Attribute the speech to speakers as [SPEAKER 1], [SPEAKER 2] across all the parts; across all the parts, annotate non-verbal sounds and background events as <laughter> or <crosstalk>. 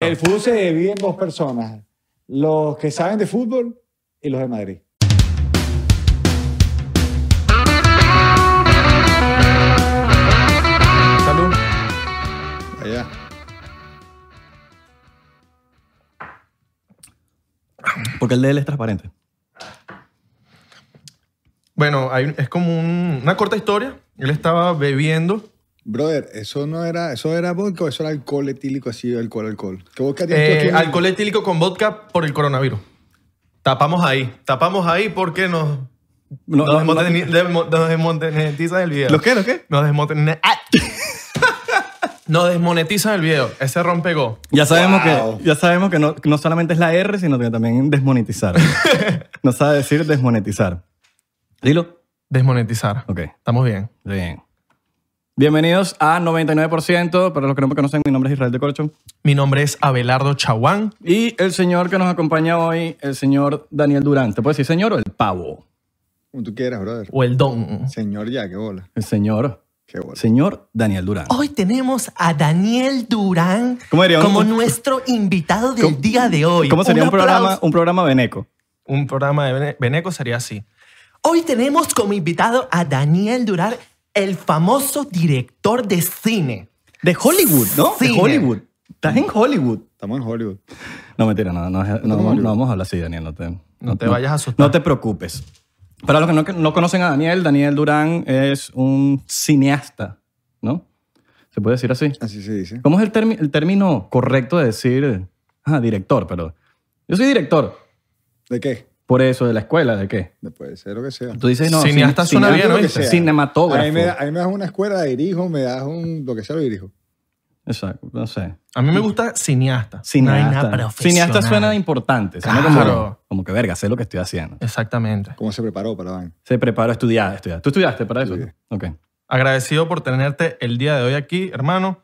[SPEAKER 1] El fútbol se divide en dos personas: los que saben de fútbol y los de Madrid.
[SPEAKER 2] Salud.
[SPEAKER 1] Allá.
[SPEAKER 3] Porque el de él es transparente.
[SPEAKER 2] Bueno, hay- es como un- una corta historia. Él estaba bebiendo.
[SPEAKER 4] Brother, eso no era, eso era vodka, o eso era alcohol etílico, así, alcohol, alcohol. ¿Qué vodka tienes tú
[SPEAKER 2] eh,
[SPEAKER 4] aquí en el-
[SPEAKER 2] alcohol etílico con vodka por el coronavirus. Tapamos ahí. Tapamos ahí porque nos,
[SPEAKER 3] No,
[SPEAKER 2] nos,
[SPEAKER 3] no, no.
[SPEAKER 2] desmoteni- desmo- nos desmonetizan el video.
[SPEAKER 4] ¿Lo qué, lo qué?
[SPEAKER 2] Nos desmonetizan. <laughs> nos desmonetizan el video. Ese rompegó.
[SPEAKER 3] Ya sabemos
[SPEAKER 4] Wow.
[SPEAKER 3] que, ya sabemos que no, no solamente es la R, sino que también <laughs> desmonetizar. no sabe decir desmonetizar. Dilo.
[SPEAKER 2] Desmonetizar.
[SPEAKER 3] Ok,
[SPEAKER 2] Estamos bien.
[SPEAKER 3] bien. Bienvenidos a 99%. Para los que no me conocen, mi nombre es Israel de Corcho.
[SPEAKER 2] Mi nombre es Abelardo Chaguán.
[SPEAKER 3] Y el señor que nos acompaña hoy, el señor Daniel Durán. ¿Te puedo decir señor o el pavo?
[SPEAKER 4] Como tú quieras, brother.
[SPEAKER 2] O el Don.
[SPEAKER 4] Señor ya, qué bola,
[SPEAKER 3] El señor.
[SPEAKER 4] qué bola.
[SPEAKER 3] Señor Daniel Durán.
[SPEAKER 5] Hoy tenemos a Daniel Durán
[SPEAKER 3] ¿Cómo diría?
[SPEAKER 5] como
[SPEAKER 3] Un-
[SPEAKER 5] nuestro invitado del día de hoy.
[SPEAKER 3] ¿Cómo sería un, programa,
[SPEAKER 5] aplauso.
[SPEAKER 3] un programa veneco?
[SPEAKER 2] Un programa de Bene- Beneco sería así.
[SPEAKER 5] Hoy tenemos como invitado a Daniel Durán, el famoso director de cine.
[SPEAKER 3] De Hollywood, ¿no?
[SPEAKER 5] Cine.
[SPEAKER 3] De Hollywood. Estás en Hollywood.
[SPEAKER 4] Estamos en Hollywood.
[SPEAKER 3] No, mentira, no, no, no, no, no vamos a hablar así, Daniel. No te,
[SPEAKER 2] te vayas a asustar.
[SPEAKER 3] No te preocupes. Para los que no, no conocen a Daniel, Daniel Durán es un cineasta, ¿no? ¿Se puede decir así?
[SPEAKER 4] Así se dice.
[SPEAKER 3] ¿Cómo es el, termi- el término correcto de decir ah, director? Pero yo soy director,
[SPEAKER 4] ¿De qué?
[SPEAKER 3] por eso, de la escuela, ¿de qué?
[SPEAKER 4] De puede ser lo que sea.
[SPEAKER 3] Tú dices, no,
[SPEAKER 2] Cineasta
[SPEAKER 3] cine-
[SPEAKER 2] suena bien,
[SPEAKER 3] cineasta,
[SPEAKER 4] Lo que
[SPEAKER 2] ¿oíste?
[SPEAKER 4] sea.
[SPEAKER 3] Cinematógrafo.
[SPEAKER 4] A mí, me, da- a mí me das una escuela, dirijo, me das un. lo que sea, lo dirijo.
[SPEAKER 3] Exacto, no sé.
[SPEAKER 2] A mí me gusta cineasta.
[SPEAKER 5] Vaina
[SPEAKER 3] Cineasta.
[SPEAKER 5] profesional.
[SPEAKER 3] Cineasta suena importante. Suena
[SPEAKER 2] Claro.
[SPEAKER 3] como, como que, verga, sé lo que estoy haciendo.
[SPEAKER 2] Exactamente.
[SPEAKER 4] ¿Cómo se preparó para la vaina?
[SPEAKER 3] Se preparó a estudiar, estudiar. ¿Tú estudiaste para eso?
[SPEAKER 4] Estudié.
[SPEAKER 3] Ok.
[SPEAKER 2] Agradecido por tenerte el día de hoy aquí, hermano.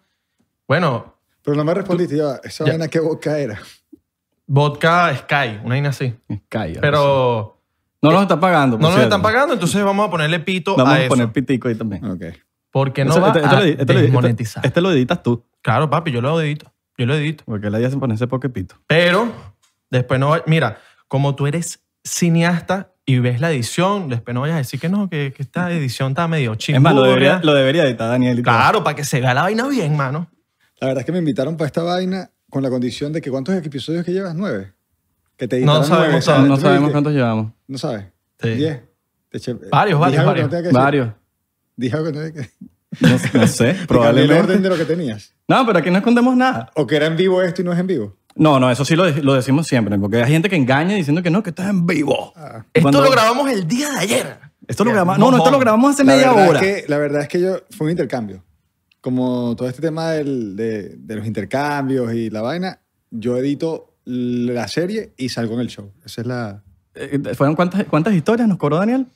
[SPEAKER 2] Bueno,
[SPEAKER 4] Pero no me respondiste, ya, va, esa
[SPEAKER 2] Ya.
[SPEAKER 4] vaina, qué vodka era.
[SPEAKER 2] vodka Sky, una vaina así.
[SPEAKER 3] <laughs> Calla.
[SPEAKER 2] Pero
[SPEAKER 3] No nos están pagando. por
[SPEAKER 2] no nos
[SPEAKER 3] cierto.
[SPEAKER 2] están pagando, entonces vamos a ponerle pito
[SPEAKER 3] Vamos
[SPEAKER 2] a
[SPEAKER 3] a,
[SPEAKER 2] eso.
[SPEAKER 3] poner pitico ahí también.
[SPEAKER 4] Ok.
[SPEAKER 2] Porque no
[SPEAKER 3] Eso-
[SPEAKER 2] va
[SPEAKER 3] esto- esto
[SPEAKER 2] a
[SPEAKER 3] lo- esto lo- esto-
[SPEAKER 2] desmonetizar.
[SPEAKER 3] Este lo editas tú.
[SPEAKER 2] Claro, papi, yo lo edito. Yo lo edito.
[SPEAKER 3] Porque la idea se pone ese poco pito.
[SPEAKER 2] Pero después no... va- Mira, como tú eres cineasta y ves la edición, después no vayas a decir que no, que, que esta edición está medio chimba.
[SPEAKER 3] Es más, lo debería, lo debería editar Daniel. y todo.
[SPEAKER 2] Claro, para que se vea la vaina bien, mano.
[SPEAKER 4] La verdad es que me invitaron para esta vaina con la condición de que ¿cuántos episodios que llevas? ¿Nueve? Que te
[SPEAKER 2] No
[SPEAKER 4] editaran
[SPEAKER 2] sabemos,
[SPEAKER 4] nueve, ¿sabes?
[SPEAKER 2] claro,
[SPEAKER 3] No
[SPEAKER 4] Tú me
[SPEAKER 3] sabemos
[SPEAKER 4] dijiste-
[SPEAKER 3] cuántos llevamos.
[SPEAKER 4] ¿No sabes?
[SPEAKER 2] Sí.
[SPEAKER 4] Diez. Te eché-
[SPEAKER 2] Varios, varios,
[SPEAKER 4] Dije algo que
[SPEAKER 2] varios.
[SPEAKER 4] no tenía que decir.
[SPEAKER 3] Varios.
[SPEAKER 4] Dije algo que no tenía que decir.
[SPEAKER 3] No,
[SPEAKER 4] <laughs>
[SPEAKER 3] no sé,
[SPEAKER 4] Probablemente. el orden de
[SPEAKER 3] probablemente.
[SPEAKER 4] lo que tenías.
[SPEAKER 3] No, pero aquí no escondemos nada.
[SPEAKER 4] O que era en vivo esto y no es en vivo.
[SPEAKER 3] No, no, eso sí lo, de- lo decimos siempre. Porque hay gente que engaña diciendo que no, que estás en vivo.
[SPEAKER 4] Ah.
[SPEAKER 2] Esto
[SPEAKER 3] Cuando-
[SPEAKER 2] lo grabamos el día de ayer.
[SPEAKER 3] Esto lo grabamos. No, no, esto lo grabamos hace
[SPEAKER 4] La
[SPEAKER 3] media
[SPEAKER 4] verdad
[SPEAKER 3] hora.
[SPEAKER 4] Es que, la verdad es que yo fue un intercambio. Como todo este tema del- de, de los intercambios y la vaina, yo edito la serie y salgo en el show. Esa es la...
[SPEAKER 3] Eh, ¿Fueron cuántas, cuántas historias nos cobró Daniel?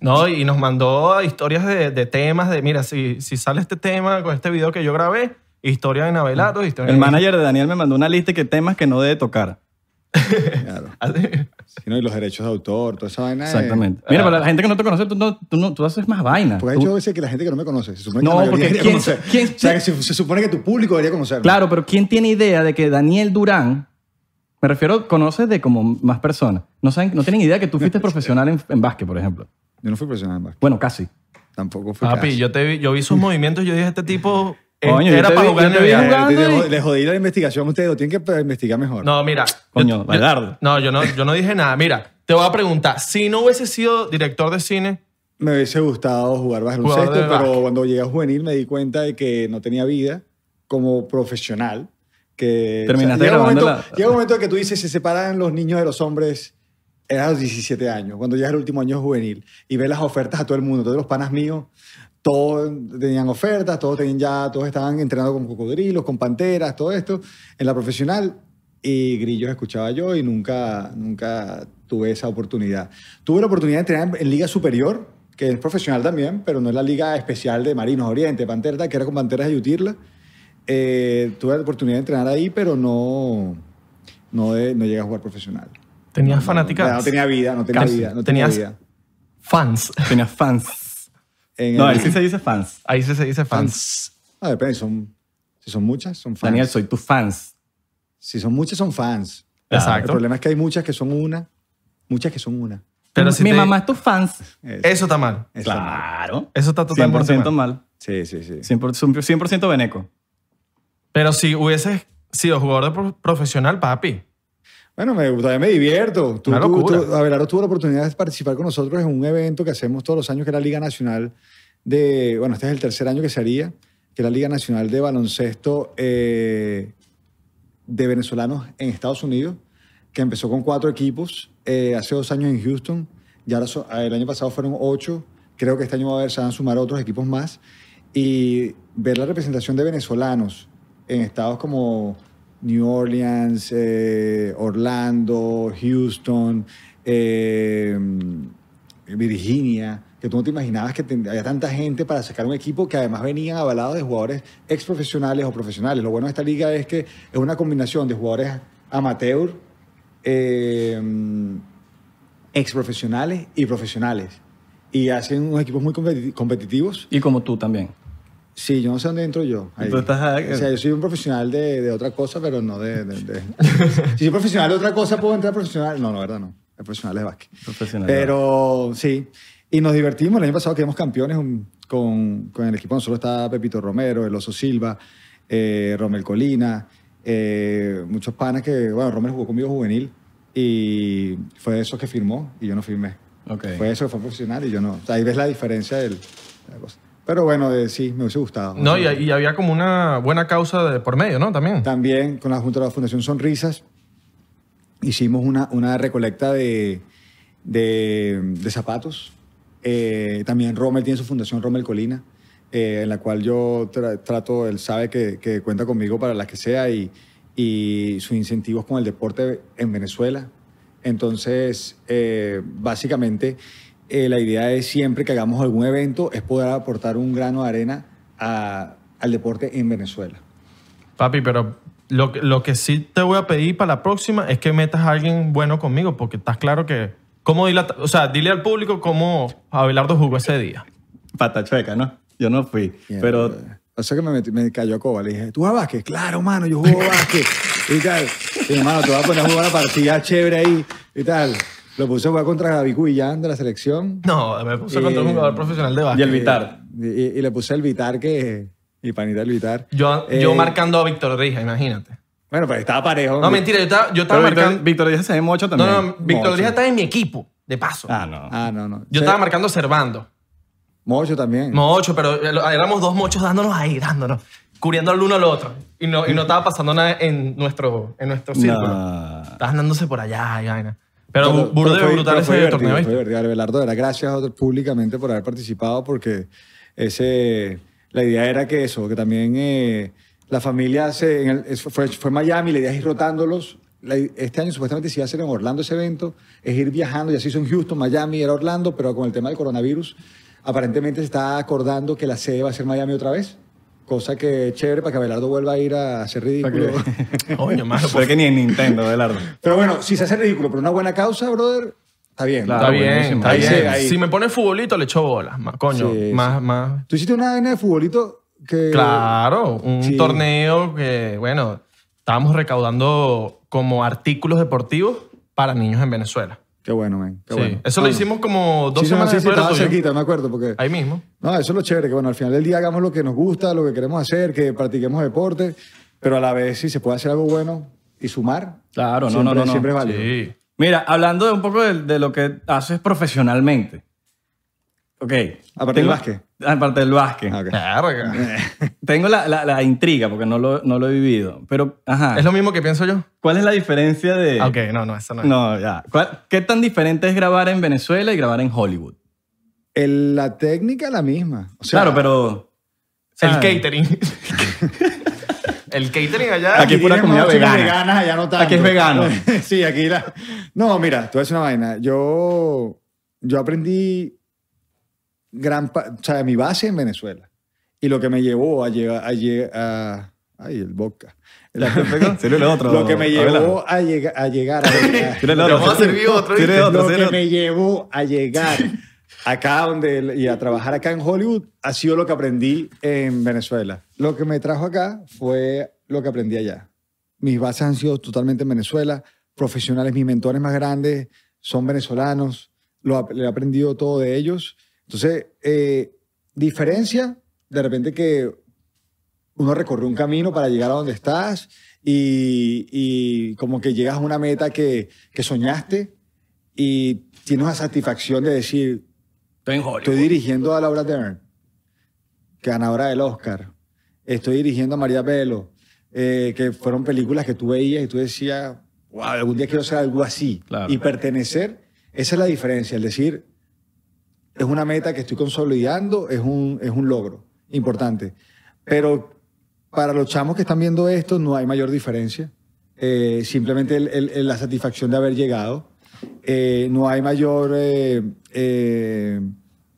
[SPEAKER 2] No, y nos mandó historias de, de temas, de mira, si, si sale este tema con este video que yo grabé, historia de Navelato, historia
[SPEAKER 3] Mm. El
[SPEAKER 2] de- <laughs>
[SPEAKER 3] manager de Daniel me mandó una lista que temas que no debe tocar.
[SPEAKER 4] Claro.
[SPEAKER 2] Así.
[SPEAKER 4] Si no, y los derechos de autor, toda esa vaina. eh, Pues
[SPEAKER 3] Exactamente. Mira, para la gente que no te conoce, tú, no- tú, no- tú haces más vainas.
[SPEAKER 4] Porque
[SPEAKER 3] Tú-
[SPEAKER 4] hay hecho veces que la gente que no me conoce, se supone que
[SPEAKER 3] No,
[SPEAKER 4] la mayoría
[SPEAKER 3] porque
[SPEAKER 4] debería
[SPEAKER 3] ¿quién-
[SPEAKER 4] conocer.
[SPEAKER 3] quién-
[SPEAKER 4] o sea, que se, se supone que tu público debería conocerme.
[SPEAKER 3] Claro, pero ¿quién tiene idea de que Daniel Durán, me refiero, conoces de como más personas? No, saben, no tienen idea que tú fuiste profesional en, en básquet, por ejemplo.
[SPEAKER 4] Yo no fui profesional en básquet.
[SPEAKER 3] Bueno, casi.
[SPEAKER 4] Tampoco fui
[SPEAKER 2] Papi,
[SPEAKER 4] casi.
[SPEAKER 2] yo, te vi, yo vi sus movimientos, yo dije, este tipo eh,
[SPEAKER 3] Coño, yo
[SPEAKER 2] era
[SPEAKER 3] te
[SPEAKER 2] para
[SPEAKER 3] vi-
[SPEAKER 2] jugar
[SPEAKER 3] yo
[SPEAKER 2] en
[SPEAKER 3] te vi
[SPEAKER 2] NBA".
[SPEAKER 3] jugar.
[SPEAKER 4] Eh,
[SPEAKER 3] jugando
[SPEAKER 4] te-
[SPEAKER 3] y-
[SPEAKER 4] le- Le jodí la investigación a ustedes, lo tienen que pues, investigar mejor.
[SPEAKER 2] No, mira.
[SPEAKER 3] Coño,
[SPEAKER 2] yo-
[SPEAKER 3] Abelardo.
[SPEAKER 2] No, yo no, yo no dije nada. Mira, te voy a preguntar, si no hubiese sido director de cine,
[SPEAKER 4] Me hubiese gustado jugar baloncesto,
[SPEAKER 2] Jugador de básquet.
[SPEAKER 4] pero cuando llegué a juvenil me di cuenta de que no tenía vida como profesional. Que,
[SPEAKER 3] Terminaste
[SPEAKER 4] llega, un
[SPEAKER 3] grabando
[SPEAKER 4] momento,
[SPEAKER 3] la-
[SPEAKER 4] llega un momento que tú dices, se separan los niños de los hombres. Era a los 17 años, cuando ya es el último año juvenil, y ves las ofertas a todo el mundo. Todos los panas míos, todos tenían ofertas, todos, tenían ya, todos estaban entrenando con cocodrilos, con panteras, todo esto, en la profesional. Y grillos escuchaba yo y nunca, nunca tuve esa oportunidad. Tuve la oportunidad de entrenar en, en Liga Superior, que es profesional también, pero no es la Liga Especial de Marinos Oriente, Pantera, tal, que era con Panteras de Utirla. Eh, tuve la oportunidad de entrenar ahí, pero no, no, de- no llegué a jugar profesional.
[SPEAKER 2] tenías
[SPEAKER 4] No,
[SPEAKER 2] fanáticas.
[SPEAKER 4] no tenía vida, no tenía
[SPEAKER 2] Casi.
[SPEAKER 4] vida, no tenía
[SPEAKER 2] Tenías-
[SPEAKER 4] vida.
[SPEAKER 2] Fans.
[SPEAKER 4] <laughs>
[SPEAKER 3] Tenías fans.
[SPEAKER 4] En
[SPEAKER 3] No,
[SPEAKER 4] el-
[SPEAKER 3] él sí se dice fans.
[SPEAKER 2] Ahí se, se dice fans.
[SPEAKER 4] Ah, depende, son, si son muchas, son fans.
[SPEAKER 3] Daniel, soy tu fans.
[SPEAKER 4] Si son muchas, son fans. El
[SPEAKER 2] Exacto.
[SPEAKER 4] problema es que hay muchas que son una, muchas que son una.
[SPEAKER 2] Pero
[SPEAKER 3] Mi-
[SPEAKER 2] si
[SPEAKER 3] Mi
[SPEAKER 2] te-
[SPEAKER 3] mamá es tu fans.
[SPEAKER 4] Es-
[SPEAKER 2] Eso está mal.
[SPEAKER 4] es-
[SPEAKER 3] Claro.
[SPEAKER 2] Eso está totalmente
[SPEAKER 3] 100%
[SPEAKER 2] mal.
[SPEAKER 3] mal.
[SPEAKER 4] Sí, sí, sí.
[SPEAKER 3] 100%, 100% veneco.
[SPEAKER 2] Pero si hubieses sido jugador de pro- profesional, papi.
[SPEAKER 4] Bueno, me, todavía me divierto. Tú,
[SPEAKER 2] Una
[SPEAKER 4] tú-
[SPEAKER 2] locura.
[SPEAKER 4] tú- Abelardo tuvo la oportunidad de participar con nosotros en un evento que hacemos todos los años, que es la Liga Nacional de. Bueno, este es el tercer año que se haría, que es la Liga Nacional de Baloncesto eh, de Venezolanos en Estados Unidos, que empezó con cuatro equipos eh, hace dos años en Houston, y ahora so- el año pasado fueron ocho. Creo que este año va a haber, se van a sumar otros equipos más. Y ver la representación de venezolanos en estados como New Orleans, eh, Orlando, Houston, eh, Virginia, que tú no te imaginabas que ten- había tanta gente para sacar un equipo que además venían avalados de jugadores ex profesionales o profesionales. Lo bueno de esta liga es que es una combinación de jugadores amateur, eh, ex profesionales y profesionales. Y hacen unos equipos muy competi- competitivos.
[SPEAKER 3] Y como tú también.
[SPEAKER 4] Sí, yo no sé dónde entro yo. ahí.
[SPEAKER 3] Tú estás ahí.
[SPEAKER 4] O sea, yo soy un profesional de, de otra cosa, pero no de, de-
[SPEAKER 3] <laughs>
[SPEAKER 4] de- Si soy profesional de otra cosa, ¿puedo entrar profesional? No, no, verdad no. El profesional es básquet.
[SPEAKER 3] Profesional.
[SPEAKER 4] Pero sí, y nos divertimos. El año pasado quedamos campeones un- con, con el equipo. Nosotros está Pepito Romero, El Oso Silva, eh, Romel Colina, eh, muchos panas que... Bueno, Romel jugó conmigo juvenil y fue de esos que firmó y yo no firmé.
[SPEAKER 3] Ok.
[SPEAKER 4] Fue eso, fue profesional y yo no. O sea, ahí ves la diferencia del, de la cosa. Pero bueno, eh, sí, me hubiese gustado.
[SPEAKER 2] No, y, y había como una buena causa de por medio, ¿no? También.
[SPEAKER 4] También con la Junta de la Fundación Sonrisas hicimos una, una recolecta de, de, de zapatos. Eh, también Rommel tiene su fundación Rommel Colina, eh, en la cual yo tra- trato, él sabe que, que cuenta conmigo para las que sea y, y sus incentivos con el deporte en Venezuela. Entonces, eh, básicamente, eh, la idea es siempre que hagamos algún evento es poder aportar un grano de arena a- al deporte en Venezuela.
[SPEAKER 2] Papi, pero lo, que- lo que sí te voy a pedir para la próxima es que metas a alguien bueno conmigo, porque estás claro que. ¿Cómo dilata- O sea, dile al público cómo Abelardo jugó ese día.
[SPEAKER 3] Pata chueca, ¿no? Yo no fui.
[SPEAKER 4] Mierda,
[SPEAKER 3] pero
[SPEAKER 4] brother. O sea que me, metí- me cayó a coba. Le dije, ¿tú juegas básquet? Claro, mano, yo juego básquet. Y tal. Y hermano, te vas a poner a jugar una partida chévere ahí. Y tal. Lo puse a jugar contra Gaby Cubillán de la selección.
[SPEAKER 2] No, me puse contra un
[SPEAKER 4] Eh,
[SPEAKER 2] jugador profesional de
[SPEAKER 3] y el
[SPEAKER 2] básquet.
[SPEAKER 3] Vitar.
[SPEAKER 4] Y, y- y le puse el Vitar que... Mi panita el Vitar.
[SPEAKER 2] Yo,
[SPEAKER 4] Eh,
[SPEAKER 2] yo marcando a Víctor Rija, imagínate.
[SPEAKER 4] Bueno, pero estaba parejo.
[SPEAKER 2] No, mentira, yo estaba, yo estaba
[SPEAKER 3] Pero Víctor-
[SPEAKER 2] marcando.
[SPEAKER 3] Víctor Díaz se ve mucho
[SPEAKER 2] no,
[SPEAKER 3] también.
[SPEAKER 2] no, Víctor
[SPEAKER 4] Mocho.
[SPEAKER 2] Rija está en mi equipo, de paso.
[SPEAKER 3] Ah, no.
[SPEAKER 4] Ah, no, no.
[SPEAKER 2] Yo
[SPEAKER 4] Sí,
[SPEAKER 2] estaba marcando a Servando.
[SPEAKER 4] Mocho también.
[SPEAKER 2] Mocho, pero eh, éramos dos mochos dándonos ahí, dándonos, cubriendo al uno al otro. Y no, y no estaba pasando nada en nuestro, en nuestro círculo.
[SPEAKER 3] No.
[SPEAKER 2] Estaban dándose por allá y vaina. Pero, bu- burda de
[SPEAKER 4] fue-
[SPEAKER 2] brutal
[SPEAKER 4] pero fue
[SPEAKER 2] ese
[SPEAKER 4] divertido,
[SPEAKER 2] torneo,
[SPEAKER 4] Fue
[SPEAKER 2] ¿viste?
[SPEAKER 4] divertido. Abelardo, de verdad, gracias a otro- públicamente por haber participado porque ese, la idea era que eso, que también eh, la familia se, en el- es- fue, fue en Miami, la idea es ir rotándolos. La i- este año supuestamente se iba a hacer en Orlando ese evento, es ir viajando, ya se hizo en Houston, Miami, era Orlando, pero con el tema del coronavirus, aparentemente se está acordando que la sede va a ser Miami otra vez. Cosa que es chévere para que Abelardo vuelva a ir a hacer ridículo.
[SPEAKER 2] Coño, mano.
[SPEAKER 3] Pero es que ni en Nintendo, Abelardo.
[SPEAKER 4] <laughs> Pero bueno, si se hace ridículo por una buena causa, brother, está bien.
[SPEAKER 3] Claro.
[SPEAKER 2] Está
[SPEAKER 3] Ah,
[SPEAKER 2] bien,
[SPEAKER 3] buenísimo.
[SPEAKER 2] está
[SPEAKER 4] Ahí
[SPEAKER 2] bien.
[SPEAKER 4] sí, ahí.
[SPEAKER 2] Si me pone futbolito, le echo bolas. ma- Coño,
[SPEAKER 4] Sí,
[SPEAKER 2] más, más.
[SPEAKER 4] Tú hiciste una vaina de futbolito que...
[SPEAKER 2] Claro, un
[SPEAKER 4] sí.
[SPEAKER 2] torneo que, bueno, estábamos recaudando como artículos deportivos para niños en Venezuela.
[SPEAKER 4] Qué bueno, man. Qué
[SPEAKER 2] Sí.
[SPEAKER 4] bueno.
[SPEAKER 2] Eso
[SPEAKER 4] Ah,
[SPEAKER 2] lo
[SPEAKER 4] no.
[SPEAKER 2] hicimos como dos
[SPEAKER 4] Sí, sí,
[SPEAKER 2] semanas
[SPEAKER 4] sí, sí,
[SPEAKER 2] después de lo
[SPEAKER 4] estaba
[SPEAKER 2] tuyo.
[SPEAKER 4] cerquita, me acuerdo, porque...
[SPEAKER 2] Ahí mismo.
[SPEAKER 4] No, eso es lo chévere, que bueno, al final del día hagamos lo que nos gusta, lo que queremos hacer, que practiquemos deporte, pero a la vez si se puede hacer algo bueno y sumar.
[SPEAKER 3] Claro, no,
[SPEAKER 4] siempre-
[SPEAKER 3] no, no, no.
[SPEAKER 4] Siempre es válido.
[SPEAKER 2] Sí.
[SPEAKER 3] Mira, hablando de un poco de, de lo que haces profesionalmente. Ok.
[SPEAKER 4] Aparte del
[SPEAKER 3] Tengo-
[SPEAKER 4] básquet.
[SPEAKER 3] Aparte del básquet.
[SPEAKER 4] Ah, ok. <laughs>
[SPEAKER 2] Verga.
[SPEAKER 3] Tengo la, la- la intriga porque no lo, no lo he vivido. Pero, ajá.
[SPEAKER 2] Es lo mismo que pienso yo.
[SPEAKER 3] ¿Cuál es la diferencia de.?
[SPEAKER 2] Ah, Ok, no, no, eso no es.
[SPEAKER 3] No, ya. ¿Cuál- ¿Qué tan diferente es grabar en Venezuela y grabar en Hollywood?
[SPEAKER 4] El- la técnica es la misma. O sea,
[SPEAKER 3] claro, pero.
[SPEAKER 2] El
[SPEAKER 4] Ah.
[SPEAKER 3] ¿sabes?
[SPEAKER 4] <laughs>
[SPEAKER 2] catering. el catering allá.
[SPEAKER 3] Aquí es pura
[SPEAKER 4] tienen
[SPEAKER 3] comida
[SPEAKER 4] más opciones
[SPEAKER 3] vegana.
[SPEAKER 4] veganas, allá no tanto.
[SPEAKER 3] Aquí es vegano.
[SPEAKER 4] <laughs> sí, aquí la... No, mira, tú es una vaina. Yo, yo aprendí gran... pa- O sea, mi base en Venezuela. Y lo que me llevó a llegar... A, lle- a- ay, el boca.
[SPEAKER 3] Sería el <laughs> otro.
[SPEAKER 4] Lo que me
[SPEAKER 3] Abelardo.
[SPEAKER 4] llevó a, llega- a
[SPEAKER 3] <laughs>
[SPEAKER 4] llegar... A,
[SPEAKER 3] Tira el
[SPEAKER 2] Te
[SPEAKER 3] otro.
[SPEAKER 2] vamos a servir otro,
[SPEAKER 3] Tira el
[SPEAKER 2] ¿viste?
[SPEAKER 3] otro,
[SPEAKER 4] lo
[SPEAKER 3] tira el
[SPEAKER 4] que
[SPEAKER 3] otro.
[SPEAKER 4] me llevó a llegar acá donde y a trabajar acá en Hollywood ha sido lo que aprendí en Venezuela. Lo que me trajo acá fue lo que aprendí allá. mis bases han sido totalmente en Venezuela, profesionales, mis mentores más grandes son venezolanos, lo, ap- le he aprendido todo de ellos. Entonces, eh, diferencia de repente que uno recorrió un camino para llegar a donde estás y, y como que llegas a una meta que, que soñaste y tienes la satisfacción de decir,
[SPEAKER 3] Estoy en Hollywood.
[SPEAKER 4] Estoy dirigiendo a Laura Dern, ganadora del Oscar. Estoy dirigiendo a María Pelo, eh, que fueron películas que tú veías y tú decías, wow, algún día quiero hacer algo así.
[SPEAKER 3] Claro.
[SPEAKER 4] Y pertenecer, esa es la diferencia. El decir, es una meta que estoy consolidando, es un, es un logro importante. Pero para los chamos que están viendo esto, no hay mayor diferencia. Eh, simplemente el- el- el- la satisfacción de haber llegado. Eh, no hay mayor, eh, eh,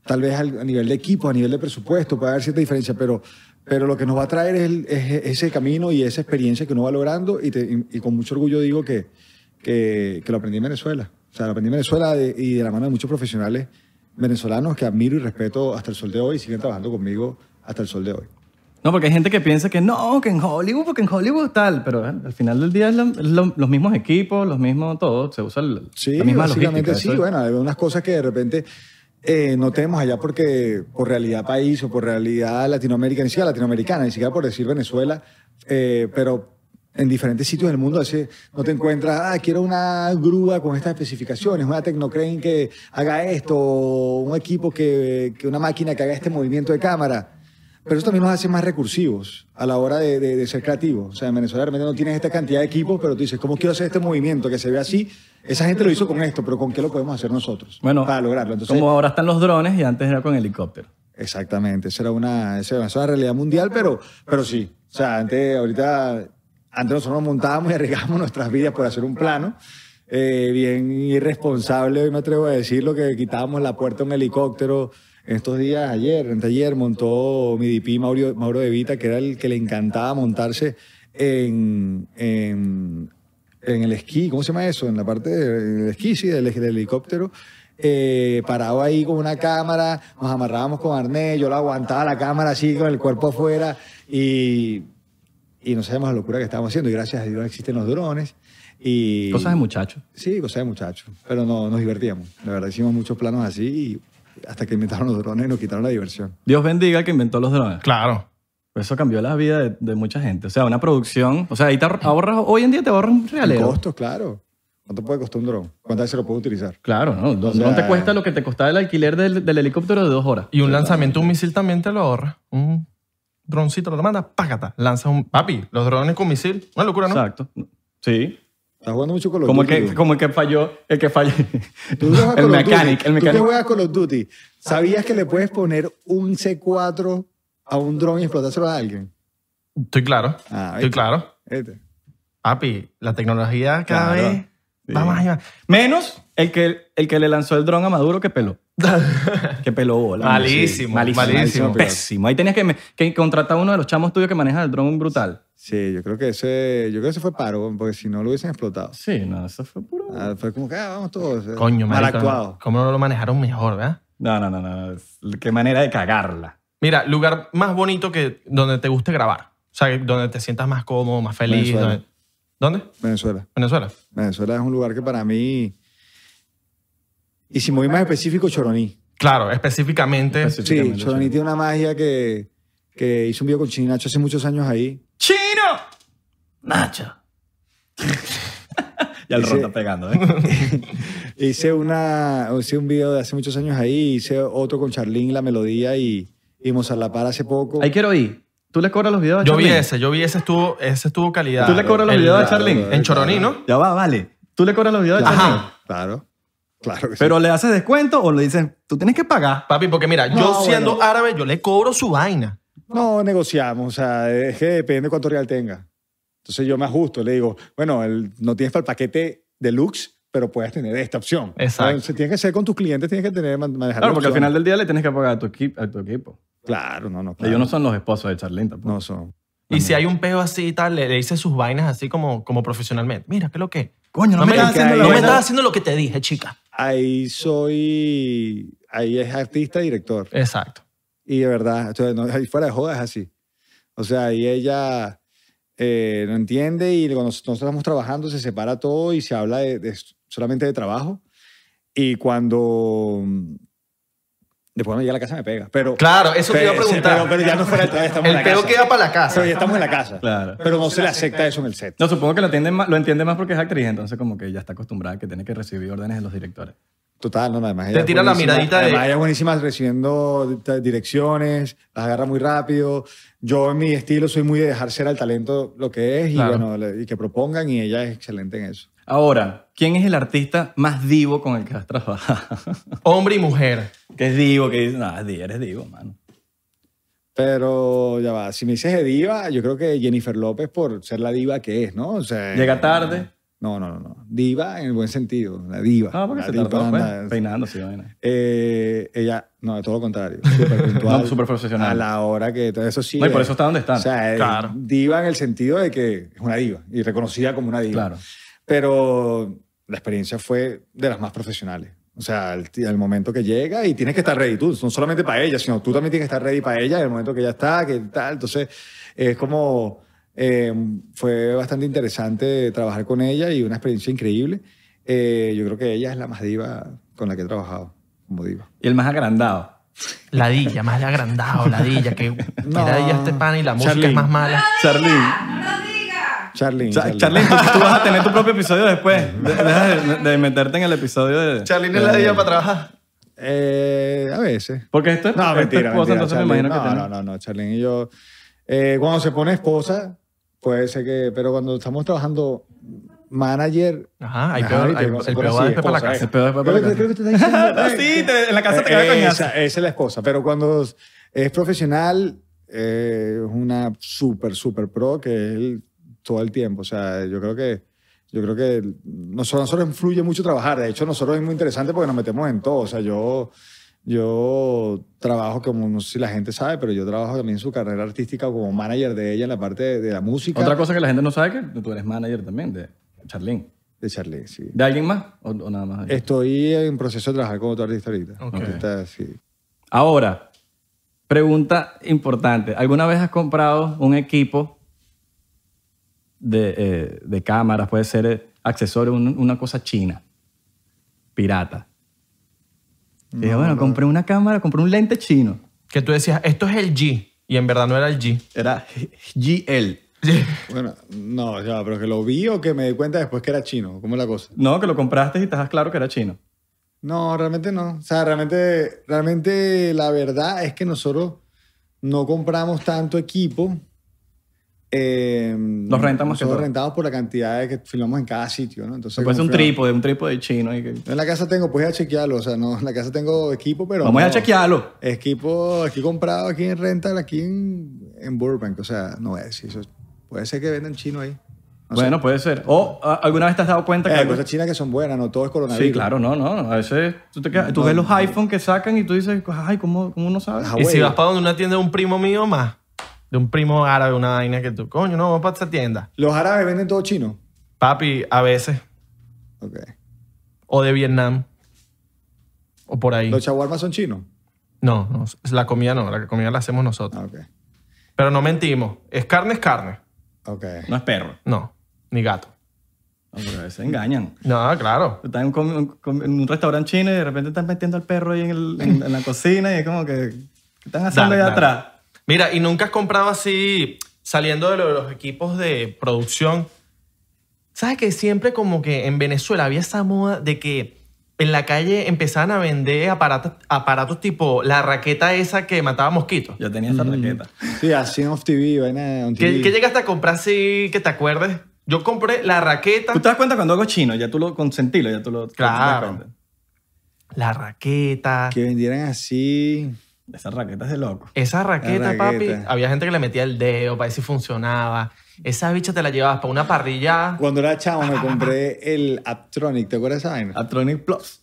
[SPEAKER 4] tal vez al- a nivel de equipo, a nivel de presupuesto, puede haber cierta diferencia, pero, pero lo que nos va a traer es, el- es ese camino y esa experiencia que uno va logrando. Y, te- y- y con mucho orgullo digo que, que, que lo aprendí en Venezuela. O sea, lo aprendí en Venezuela de- y de la mano de muchos profesionales venezolanos que admiro y respeto hasta el sol de hoy y siguen trabajando conmigo hasta el sol de hoy.
[SPEAKER 3] No, porque hay gente que piensa que no, que en Hollywood, porque en Hollywood tal, pero eh, al al final del día es la- es lo- los mismos equipos, los mismos todo, se usa el-
[SPEAKER 4] Sí,
[SPEAKER 3] la misma
[SPEAKER 4] básicamente
[SPEAKER 3] logística.
[SPEAKER 4] sí.
[SPEAKER 3] eso es-
[SPEAKER 4] Bueno, hay unas cosas que de repente eh, no tenemos allá porque por realidad país o por realidad latinoamericana, ni siquiera latinoamericana, ni siquiera por decir Venezuela, eh, pero en diferentes sitios del mundo a veces no te encuentras, ah, quiero una grúa con estas especificaciones, una tecnocrane que haga esto, o un equipo que, que una máquina que haga este movimiento de cámara. Pero eso también nos hace más recursivos a la hora de, de- de ser creativos. O sea, en Venezuela de repente no tienes esta cantidad de equipos, pero tú dices, ¿cómo quiero hacer este movimiento que se ve así? Esa gente lo hizo con esto, pero ¿con qué lo podemos hacer nosotros
[SPEAKER 3] Bueno,
[SPEAKER 4] para lograrlo? Entonces,
[SPEAKER 3] como ahora están los drones y antes era con helicóptero.
[SPEAKER 4] Exactamente, esa era una, esa era una realidad mundial, pero, pero sí. O sea, antes, ahorita, antes nosotros nos montábamos y arriesgábamos nuestras vidas por hacer un plano. eh, bien irresponsable, hoy me atrevo a decirlo, que quitábamos la puerta a un helicóptero. En estos días, ayer, anteayer, montó mi DP Mauro, Mauro De Vita, que era el que le encantaba montarse en, en, en el esquí, ¿cómo se llama eso? En la parte del del esquí, sí, del, del helicóptero. Eh, parado ahí con una cámara, nos amarrábamos con arnés, yo la aguantaba la cámara así con el cuerpo afuera y, y no sabemos la locura que estábamos haciendo. Y gracias a Dios existen los drones. Y,
[SPEAKER 3] Cosas de muchachos.
[SPEAKER 4] Sí, cosas de muchachos. Pero no, nos divertíamos. La verdad, hicimos muchos planos así y hasta que inventaron los drones y nos quitaron la diversión.
[SPEAKER 3] Dios bendiga al que inventó los drones.
[SPEAKER 2] Claro.
[SPEAKER 3] Eso cambió la vida de, de mucha gente. O sea, una producción, o sea, ahí te ahor- ahorras, hoy en día te ahorras un
[SPEAKER 4] El
[SPEAKER 3] realero.
[SPEAKER 4] costo, claro. ¿Cuánto puede costar un dron? ¿Cuántas veces lo puedo utilizar?
[SPEAKER 3] Claro, ¿no? No
[SPEAKER 4] O sea,
[SPEAKER 3] no te cuesta lo que te costaba el alquiler del, del helicóptero de dos horas.
[SPEAKER 2] Y un lanzamiento, un misil también te lo ahorra. Un droncito lo manda, págata, lanza un... Papi, los drones con misil, una locura, ¿no?
[SPEAKER 3] Exacto. Sí.
[SPEAKER 4] Estás jugando mucho con los
[SPEAKER 3] Como el,
[SPEAKER 4] Duty,
[SPEAKER 3] que,
[SPEAKER 4] güey.
[SPEAKER 3] como el que falló, el que falló. <laughs>
[SPEAKER 4] Tú juegas
[SPEAKER 3] el
[SPEAKER 4] Call of Duty.
[SPEAKER 3] mecánic, el
[SPEAKER 4] Tú que
[SPEAKER 3] mecánico.
[SPEAKER 4] juegas Call of Duty. ¿Sabías que le puedes poner un C4 a un dron y explotárselo a alguien?
[SPEAKER 2] Estoy claro.
[SPEAKER 4] Ah,
[SPEAKER 2] estoy
[SPEAKER 4] ¿viste?
[SPEAKER 2] claro.
[SPEAKER 4] Este.
[SPEAKER 2] Papi, la tecnología cada
[SPEAKER 3] Claro.
[SPEAKER 2] vez va más allá.
[SPEAKER 3] Menos el que, el que le lanzó el dron a Maduro
[SPEAKER 2] <laughs>
[SPEAKER 3] que peló. que peló bola.
[SPEAKER 2] Malísimo, malísimo.
[SPEAKER 3] Pésimo. Ahí tenías que, me- que contratar a uno de los chamos tuyos que maneja el dron brutal.
[SPEAKER 4] Sí, yo creo que ese, yo creo que ese fue paro, porque si no lo hubiesen explotado.
[SPEAKER 3] Sí, no, eso fue puro.
[SPEAKER 4] Ah, fue como que ah, vamos todos. eh,
[SPEAKER 2] Coño,
[SPEAKER 4] mal
[SPEAKER 2] marico,
[SPEAKER 4] actuado.
[SPEAKER 2] ¿Cómo no lo manejaron mejor, verdad?
[SPEAKER 3] No, no, no, no. Qué manera de cagarla.
[SPEAKER 2] Mira, lugar más bonito que donde te guste grabar. O sea, donde te sientas más cómodo, más feliz.
[SPEAKER 4] Venezuela.
[SPEAKER 2] donde- ¿Dónde?
[SPEAKER 4] Venezuela.
[SPEAKER 2] Venezuela.
[SPEAKER 4] Venezuela es un lugar que para mí. Y si me voy más específico, Choroní.
[SPEAKER 2] Claro, específicamente.
[SPEAKER 4] Sí,
[SPEAKER 3] Específicamente,
[SPEAKER 4] Choroní
[SPEAKER 3] sí.
[SPEAKER 4] tiene una magia que, que hizo un video con Chinacho hace muchos años ahí.
[SPEAKER 2] ¡Chino!
[SPEAKER 3] Nacho. ya el
[SPEAKER 4] Sí.
[SPEAKER 3] ron está pegando, ¿eh?
[SPEAKER 2] <laughs>
[SPEAKER 4] Hice, una, hice un video de hace muchos años ahí, hice otro con Charlín, La Melodía y, y Mozalapar hace poco.
[SPEAKER 3] Ahí quiero ir. ¿Tú le cobras los videos a
[SPEAKER 2] Yo vi
[SPEAKER 3] Charlene?
[SPEAKER 2] ese, yo vi ese estuvo, ese estuvo calidad.
[SPEAKER 3] ¿Tú le cobras los
[SPEAKER 2] El-
[SPEAKER 3] videos a
[SPEAKER 4] claro,
[SPEAKER 3] Charlene?
[SPEAKER 4] claro.
[SPEAKER 2] En Choroní, ¿no?
[SPEAKER 3] Ya va, vale. ¿Tú le cobras los videos a
[SPEAKER 2] Ajá.
[SPEAKER 3] Charlene?
[SPEAKER 4] Claro, claro que sí.
[SPEAKER 3] ¿Pero le haces descuento o le dices, tú tienes que pagar?
[SPEAKER 2] Papi, porque mira,
[SPEAKER 4] No,
[SPEAKER 2] yo
[SPEAKER 4] bueno.
[SPEAKER 2] siendo árabe, yo le cobro su vaina.
[SPEAKER 4] No negociamos, o sea, es que depende cuánto real tenga. Entonces yo me ajusto, le digo, bueno, el- no tienes para el paquete deluxe, pero puedes tener esta opción.
[SPEAKER 2] Exacto.
[SPEAKER 4] Entonces, tienes que ser con tus clientes, tienes que tener, man- manejar
[SPEAKER 3] Claro,
[SPEAKER 4] la
[SPEAKER 3] porque al
[SPEAKER 4] opción.
[SPEAKER 3] final del día le tienes que pagar a tu, equi- a tu equipo.
[SPEAKER 4] Claro, no, no. claro.
[SPEAKER 3] Ellos no son los esposos de Charlene tampoco.
[SPEAKER 4] No son.
[SPEAKER 2] Y si hay un peo así y tal, le, le hice sus vainas así como, como profesionalmente. Mira, ¿qué es lo que?
[SPEAKER 3] Coño,
[SPEAKER 2] No me,
[SPEAKER 4] estás haciendo la
[SPEAKER 2] no me
[SPEAKER 4] vaina.
[SPEAKER 2] estás haciendo lo que te dije, chica.
[SPEAKER 4] Ahí soy, ahí es artista, director.
[SPEAKER 2] Exacto.
[SPEAKER 4] Y de verdad, o sea, no, ahí fuera de joda es así. O sea, y ella, eh, no entiende y cuando nosotros estamos trabajando se separa todo y se habla de- de- solamente de trabajo. Y cuando... mm, Después cuando llega a la casa me pega. Pero,
[SPEAKER 5] Claro, eso te iba a
[SPEAKER 4] pero-
[SPEAKER 5] preguntar.
[SPEAKER 4] Pero, pero ya no fuera el trabajo, estamos en
[SPEAKER 5] El
[SPEAKER 4] la
[SPEAKER 5] peo
[SPEAKER 4] casa.
[SPEAKER 5] queda para la casa.
[SPEAKER 4] Pero ya estamos en la casa.
[SPEAKER 3] Claro.
[SPEAKER 4] Pero no se le acepta eso en el set.
[SPEAKER 3] No, supongo que lo, entiende más, lo entiende más porque es actriz, entonces como que ya está acostumbrada a que tiene que recibir órdenes de los directores.
[SPEAKER 4] Total, no, además.
[SPEAKER 5] Te tira la miradita de-
[SPEAKER 4] de. Ella es buenísima recibiendo di- direcciones, las agarra muy rápido. Yo, en mi estilo, soy muy de dejar ser al talento lo que es y,
[SPEAKER 2] Claro.
[SPEAKER 4] bueno, le- y que propongan, y ella es excelente en eso.
[SPEAKER 3] Ahora, ¿quién es el artista más divo con el que has trabajado? <laughs>
[SPEAKER 2] Hombre y mujer.
[SPEAKER 3] que es divo, que dice, no, di- eres divo, mano.
[SPEAKER 4] Pero ya va, si me dices de diva, yo creo que Jennifer López por ser la diva que es, ¿no? O sea,
[SPEAKER 3] Llega tarde.
[SPEAKER 4] No, no, no, no. Diva en el buen sentido, la diva.
[SPEAKER 3] Ah, porque
[SPEAKER 4] La
[SPEAKER 3] se
[SPEAKER 4] tipa
[SPEAKER 3] tardó, pues,
[SPEAKER 4] anda-
[SPEAKER 3] peinándose. vaina.
[SPEAKER 4] Eh, ella, no, de todo lo contrario. Súper puntual.
[SPEAKER 3] <laughs> No, súper profesional.
[SPEAKER 4] A la hora que. Eso sí.
[SPEAKER 3] No, y por
[SPEAKER 4] eh,
[SPEAKER 3] eso está donde está.
[SPEAKER 4] O sea, eh,
[SPEAKER 2] Claro.
[SPEAKER 4] diva en el sentido de que es una diva y reconocida como una diva.
[SPEAKER 3] Claro.
[SPEAKER 4] Pero la experiencia fue de las más profesionales. O sea, el, el momento que llega y tienes que estar ready tú, no solamente para ella, sino tú también tienes que estar ready para ella en el momento que ella está, que tal. Entonces, es como, eh, fue bastante interesante trabajar con ella y una experiencia increíble. Eh, yo creo que ella es la más diva con la que he trabajado, como diva.
[SPEAKER 3] Y el más agrandado.
[SPEAKER 5] Ladilla, más agrandado, ladilla,
[SPEAKER 4] <laughs>
[SPEAKER 5] que
[SPEAKER 4] No.
[SPEAKER 5] ladilla este pan y la música
[SPEAKER 4] Charlene.
[SPEAKER 5] es más mala.
[SPEAKER 3] Charlene.
[SPEAKER 4] Charlene.
[SPEAKER 3] Cha- Charlene, tú, tú vas a tener
[SPEAKER 4] <laughs>
[SPEAKER 3] tu propio episodio después. De- Deja de, de meterte en el episodio de...
[SPEAKER 5] Charlene es ladilla para trabajar.
[SPEAKER 4] Eh, a veces.
[SPEAKER 3] Porque esto es,
[SPEAKER 4] No,
[SPEAKER 3] esto es
[SPEAKER 4] mentira,
[SPEAKER 3] esposa,
[SPEAKER 4] mentira,
[SPEAKER 3] entonces me
[SPEAKER 4] Charlene.
[SPEAKER 3] imagino que
[SPEAKER 4] no,
[SPEAKER 3] tiene-
[SPEAKER 4] no, no, no, Charlene y yo. eh, cuando se pone esposa, puede ser que. Pero cuando estamos trabajando manager.
[SPEAKER 2] Ajá, hay
[SPEAKER 4] ajá,
[SPEAKER 2] peor-
[SPEAKER 4] ¿viste?
[SPEAKER 2] hay-
[SPEAKER 4] Cuando se
[SPEAKER 2] el
[SPEAKER 4] pone
[SPEAKER 2] peor va
[SPEAKER 4] así,
[SPEAKER 2] después para la
[SPEAKER 4] esposa,
[SPEAKER 2] casa.
[SPEAKER 4] eh.
[SPEAKER 3] El peor después para
[SPEAKER 4] Creo
[SPEAKER 3] la
[SPEAKER 4] que- creo que te está diciendo-
[SPEAKER 3] Sí, te- en la casa te
[SPEAKER 4] Eh,
[SPEAKER 3] cae coñazo.
[SPEAKER 4] esa, esa es la esposa. Pero cuando es profesional, eh, es una súper, súper pro que es el- todo el tiempo. O sea, yo creo que. Yo creo que nosotros, nosotros influye mucho trabajar. De hecho, nosotros es muy interesante porque nos metemos en todo. O sea, yo, yo trabajo, como no sé si la gente sabe, pero yo trabajo también en su carrera artística como manager de ella en la parte de, de la música.
[SPEAKER 3] Otra cosa que la gente no sabe es que tú eres manager también de Charlene.
[SPEAKER 4] De Charlie, sí.
[SPEAKER 3] ¿De alguien más o, o nada
[SPEAKER 4] Eh.
[SPEAKER 3] más?
[SPEAKER 4] Estoy en proceso de trabajar con otro artista ahorita.
[SPEAKER 2] Ok.
[SPEAKER 4] Artista, sí.
[SPEAKER 3] Ahora, pregunta importante. ¿Alguna vez has comprado un equipo de, eh, de cámaras? Puede ser eh, accesorio, un- una cosa china, pirata. Y dije, bueno, compré una cámara, compré un lente chino.
[SPEAKER 2] Que tú decías, esto es el G. Y en verdad no era el G.
[SPEAKER 3] Era GL.
[SPEAKER 4] Bueno, no, ya, pero que lo vi o que me di cuenta después que era chino. ¿Cómo es la cosa?
[SPEAKER 3] No, que lo compraste y estás claro que era chino.
[SPEAKER 4] No, realmente no. O sea, realmente, realmente la verdad es que nosotros no compramos tanto equipo. Eh,
[SPEAKER 3] Los rentamos que
[SPEAKER 4] Nosotros
[SPEAKER 3] todo.
[SPEAKER 4] rentamos por la cantidad de que filmamos en cada sitio, ¿no? Entonces,
[SPEAKER 3] Puede ser un
[SPEAKER 4] como filmamos-
[SPEAKER 3] trípode, un trípode chino. y que-
[SPEAKER 4] Yo En la casa tengo, pues a chequearlo. O sea, no, en la casa tengo equipo, pero.
[SPEAKER 3] Vamos a
[SPEAKER 4] no.
[SPEAKER 3] chequearlo.
[SPEAKER 4] Equipo aquí comprado, aquí en rental, aquí en, en Burbank. O sea, no voy a decir eso. Puede ser que vendan chino ahí. No sé.
[SPEAKER 3] bueno, puede ser. O ah, alguna vez te has dado cuenta que...
[SPEAKER 4] Hay
[SPEAKER 3] algo-
[SPEAKER 4] cosas chinas que son buenas, no todo es coronavirus.
[SPEAKER 3] ¿eh? Sí, claro, no, no. no. A veces tú, te quedas- tú ves los iPhone que sacan y tú dices, ay, ¿cómo, cómo uno sabe?
[SPEAKER 4] Ajá.
[SPEAKER 2] Y si
[SPEAKER 4] Huawei.
[SPEAKER 2] vas para donde una tienda de un primo mío más, de un primo árabe, una vaina que tú, coño, no, vamos para esta tienda.
[SPEAKER 4] Los árabes venden todo chino.
[SPEAKER 2] Papi, a veces.
[SPEAKER 4] Ok.
[SPEAKER 2] O de Vietnam. O por ahí.
[SPEAKER 4] Los chaguarmas son chinos.
[SPEAKER 2] No, no, la comida no, la comida la hacemos nosotros.
[SPEAKER 4] Ah, ok.
[SPEAKER 2] Pero no mentimos. Es carne, es carne.
[SPEAKER 4] Ok.
[SPEAKER 3] No es perro.
[SPEAKER 2] No, ni gato.
[SPEAKER 3] No, pero a veces engañan.
[SPEAKER 2] No, claro.
[SPEAKER 3] Tú estás en un, comi- un comi- en un restaurante chino y de repente estás metiendo al perro ahí en, el- en- en la cocina y es como que, ¿qué están haciendo
[SPEAKER 2] Dale,
[SPEAKER 3] allá
[SPEAKER 2] dale.
[SPEAKER 3] atrás?
[SPEAKER 2] Mira, y nunca has comprado así, saliendo de lo de los equipos de producción. ¿Sabes que siempre como que en Venezuela había esa moda de que en la calle empezaban a vender aparatos, aparatos tipo la raqueta esa que mataba mosquitos?
[SPEAKER 3] Yo tenía esa raqueta.
[SPEAKER 4] Sí, así en off TV, vaina on
[SPEAKER 2] ¿Qué,
[SPEAKER 4] TV.
[SPEAKER 2] qué llegaste a comprar así que te acuerdes? Yo compré la raqueta.
[SPEAKER 3] Tú te das cuenta cuando algo es chino, ya tú lo consentilo, ya tú lo... tú te das
[SPEAKER 2] Claro.
[SPEAKER 3] cuenta.
[SPEAKER 2] La raqueta.
[SPEAKER 4] Que vendieran así.
[SPEAKER 3] Esa raqueta es de loco.
[SPEAKER 2] Esa raqueta, papi,
[SPEAKER 4] raqueta.
[SPEAKER 2] había gente que le metía el dedo para ver si funcionaba. Esa bicha te la llevabas para una parrilla.
[SPEAKER 4] Cuando era chavo me compré el Aptronic, ¿te acuerdas de esa vaina?
[SPEAKER 3] Atronic Plus.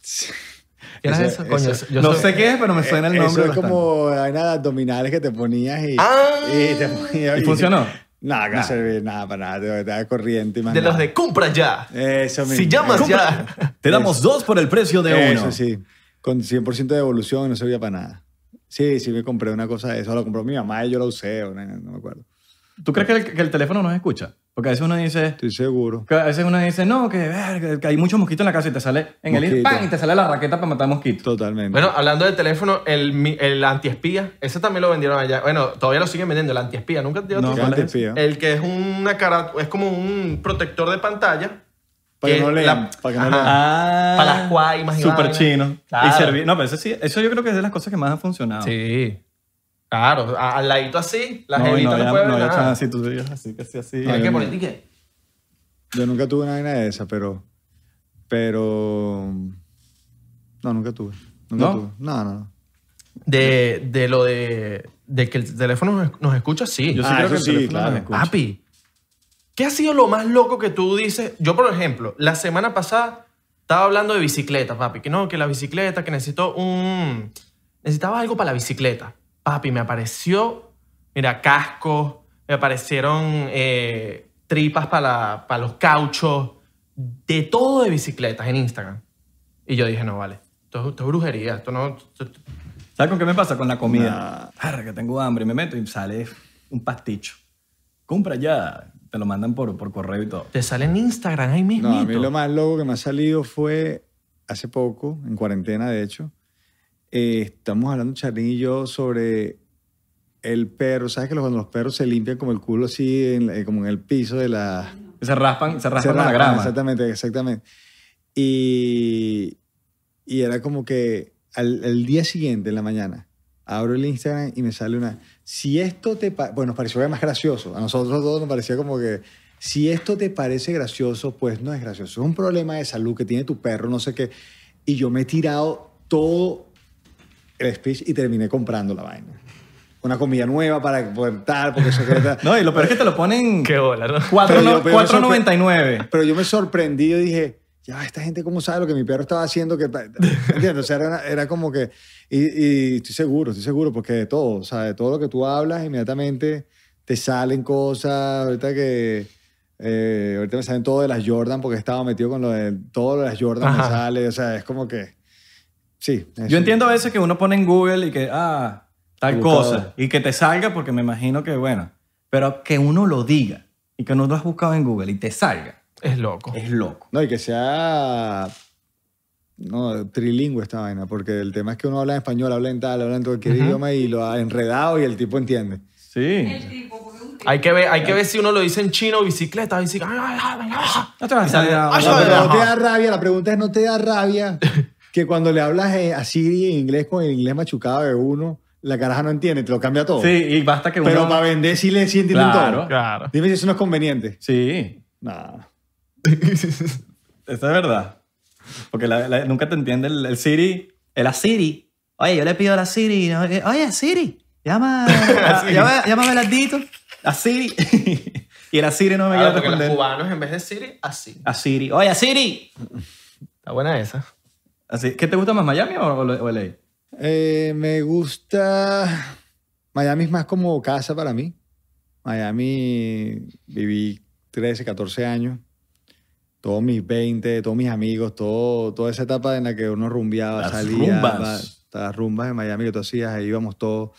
[SPEAKER 2] ¿Qué era
[SPEAKER 4] Eso-
[SPEAKER 2] eso? Coño,
[SPEAKER 4] eso-
[SPEAKER 2] yo
[SPEAKER 3] no
[SPEAKER 2] soy-
[SPEAKER 3] sé qué Eh, es, pero me suena el
[SPEAKER 4] Eso
[SPEAKER 3] nombre.
[SPEAKER 4] es
[SPEAKER 3] bastante.
[SPEAKER 4] como la vaina de abdominales que te ponías y,
[SPEAKER 2] Ah.
[SPEAKER 4] y te ponías.
[SPEAKER 3] ¿Y funcionó?
[SPEAKER 4] Nada, que
[SPEAKER 3] Nah.
[SPEAKER 4] no servía nada para nada, te- te da corriente y más
[SPEAKER 2] De los
[SPEAKER 4] nada.
[SPEAKER 2] de compra ya.
[SPEAKER 4] Eso mismo.
[SPEAKER 2] Si llamas ya.
[SPEAKER 3] <laughs> Te damos dos por el precio de uno.
[SPEAKER 4] Eso sí, con 100% de evolución no servía para nada. Sí, sí me compré una cosa de eso, la compró mi mamá y yo la usé, o no, no me acuerdo.
[SPEAKER 3] ¿Tú crees que el, que el teléfono nos escucha? Porque a veces uno dice,
[SPEAKER 4] Estoy seguro.
[SPEAKER 3] que a veces uno dice, no, que, verga, que hay muchos mosquitos en la casa y te sale en el
[SPEAKER 4] Mosquito.
[SPEAKER 3] ¡pam! y te sale la raqueta para matar mosquitos.
[SPEAKER 4] Totalmente.
[SPEAKER 2] Bueno, hablando del teléfono, el, mi- el antiespía, ese también lo vendieron allá. Bueno, todavía lo siguen vendiendo, el antiespía. Nunca te dio
[SPEAKER 3] No,
[SPEAKER 2] otro?
[SPEAKER 4] ¿Qué
[SPEAKER 3] ¿cuál es?
[SPEAKER 4] antiespía?
[SPEAKER 2] El que es una cara, es como un protector de pantalla.
[SPEAKER 4] Para que no
[SPEAKER 2] la-
[SPEAKER 4] lean, para que no
[SPEAKER 2] Ajá.
[SPEAKER 4] lean.
[SPEAKER 3] Ah,
[SPEAKER 2] Para las guaymas y
[SPEAKER 3] Súper
[SPEAKER 2] vainas.
[SPEAKER 3] chino.
[SPEAKER 2] Claro.
[SPEAKER 3] Y servi- no, pero eso sí, eso yo creo que es de las cosas que más han funcionado.
[SPEAKER 2] Sí. Claro, a- al ladito así, la
[SPEAKER 3] no, y
[SPEAKER 2] jevita
[SPEAKER 3] no,
[SPEAKER 2] no,
[SPEAKER 3] había-
[SPEAKER 2] puede
[SPEAKER 3] no
[SPEAKER 2] ver
[SPEAKER 3] había
[SPEAKER 2] nada.
[SPEAKER 3] chance, y tú veías así, casi así.
[SPEAKER 2] Tienes
[SPEAKER 4] Ay,
[SPEAKER 2] que
[SPEAKER 4] Dios
[SPEAKER 2] poner ticket.
[SPEAKER 4] Yo nunca tuve una vaina de esa, pero. Pero. No, nunca tuve. Nunca
[SPEAKER 3] ¿No?
[SPEAKER 4] tuve. No, no, no.
[SPEAKER 2] De, de lo de, de que el teléfono nos- nos escucha, sí. Ah.
[SPEAKER 3] Yo sí
[SPEAKER 4] Ah,
[SPEAKER 3] creo
[SPEAKER 4] eso
[SPEAKER 3] que el
[SPEAKER 4] sí,
[SPEAKER 3] teléfono
[SPEAKER 4] claro.
[SPEAKER 3] nos escucha.
[SPEAKER 2] Papi, ¿qué ha sido lo más loco que tú dices? Yo, por ejemplo, la semana pasada estaba hablando de bicicleta, papi. Que no, que la bicicleta, que necesito un... Necesitaba algo para la bicicleta. Papi, me apareció, mira, cascos, me aparecieron eh, tripas para, la- para los cauchos, de todo de bicicletas en Instagram. Y yo dije, no, vale, esto, esto es brujería, esto no... esto- esto-
[SPEAKER 3] ¿Sabes con qué me pasa? Con la comida. Arra, que tengo hambre. Y me meto y sale un pasticho. Compra ya. Te lo mandan por, por correo y todo.
[SPEAKER 2] te sale en Instagram ahí mismo.
[SPEAKER 4] No, a mí lo más loco que me ha salido fue hace poco, en cuarentena de hecho. eh, estamos hablando, Charlín y yo, sobre el perro. ¿Sabes que los- cuando los perros se limpian como el culo así, en la- como en el piso de la.
[SPEAKER 3] Se raspan, se raspan
[SPEAKER 4] Se
[SPEAKER 3] con la
[SPEAKER 4] raspan,
[SPEAKER 3] grama.
[SPEAKER 4] Exactamente, exactamente. Y, y era como que al, al día siguiente, en la mañana, abro el Instagram y me sale una... Si esto te... pa- Bueno, nos pareció más gracioso. A nosotros todos nos parecía como que... Si esto te parece gracioso, pues no es gracioso. Es un problema de salud que tiene tu perro, no sé qué. Y yo me he tirado todo el speech y terminé comprando la vaina. Una comida nueva para poder tal, porque eso que tal.
[SPEAKER 3] <laughs> No, y lo peor es que te lo ponen
[SPEAKER 2] Qué bola, ¿no?
[SPEAKER 3] cuatro
[SPEAKER 4] Pero
[SPEAKER 3] no-
[SPEAKER 4] yo- pero yo me
[SPEAKER 3] 4.99.
[SPEAKER 4] Pero yo me sorprendí y dije, ya, esta gente cómo sabe lo que mi perro estaba haciendo. Que, ta- ta- ¿Entiendes? O sea, era, era como que... Y, y estoy seguro, estoy seguro, porque de todo, o sea, de todo lo que tú hablas, inmediatamente te salen cosas. Ahorita que... eh, ahorita me salen todo de las Jordan, porque estaba metido con lo de... Todo lo de las Jordan me
[SPEAKER 2] Ajá.
[SPEAKER 4] sale, o sea, es como que... Sí. es-
[SPEAKER 3] Yo entiendo a veces que uno pone en Google y que, ah, tal
[SPEAKER 4] Buscador.
[SPEAKER 3] cosa. Y que te salga porque me imagino que, bueno. Pero que uno lo diga y que no lo has buscado en Google y te salga,
[SPEAKER 2] Es loco.
[SPEAKER 3] es loco.
[SPEAKER 4] No, y que sea... No, trilingüe esta vaina, porque el tema es que uno habla en español, habla en tal, habla en cualquier idioma y lo ha enredado y el tipo entiende.
[SPEAKER 3] Sí.
[SPEAKER 2] Hay que ver, hay que ver si uno lo dice en chino, bicicleta, bicicleta. ay, ay, ay, ay.
[SPEAKER 3] No te vas a salir a-
[SPEAKER 2] Ay,
[SPEAKER 4] No,
[SPEAKER 2] ay,
[SPEAKER 4] pero no
[SPEAKER 2] ajá.
[SPEAKER 4] te da rabia, la pregunta es, ¿no te da
[SPEAKER 3] <laughs>
[SPEAKER 4] rabia que cuando le hablas eh, a Siri en inglés con el inglés machucado de uno, la caraja no entiende, te lo cambia todo?
[SPEAKER 3] Sí, y basta que uno...
[SPEAKER 4] Pero para vender sí le sí entienden
[SPEAKER 3] Claro.
[SPEAKER 4] todo.
[SPEAKER 2] Claro.
[SPEAKER 4] Dime si eso no es conveniente.
[SPEAKER 3] Sí.
[SPEAKER 4] No.
[SPEAKER 3] Esa es verdad. Porque la- la- nunca te entiende el, el Siri. El a Siri. Oye, yo le pido a la Siri. ¿no? Que, Oye, Siri, <laughs> llama, a- llama, llámame al ladito. A Siri. <laughs> y el a Siri no me
[SPEAKER 2] Claro,
[SPEAKER 3] quiere
[SPEAKER 2] porque los
[SPEAKER 3] responder.
[SPEAKER 2] cubanos en vez de Siri, así.
[SPEAKER 3] A Siri. Oye, a Siri.
[SPEAKER 2] Está buena esa.
[SPEAKER 3] Así, ¿Qué te gusta más, Miami o, o, o LA?
[SPEAKER 4] Eh, me gusta... Miami es más como casa para mí. Miami viví 13, 14 años. Todos mis 20, todos mis amigos, todo, toda esa etapa en la que uno rumbeaba,
[SPEAKER 3] Las
[SPEAKER 4] salía.
[SPEAKER 3] rumbas.
[SPEAKER 4] va- las rumbas de Miami que tú hacías, ahí íbamos todos.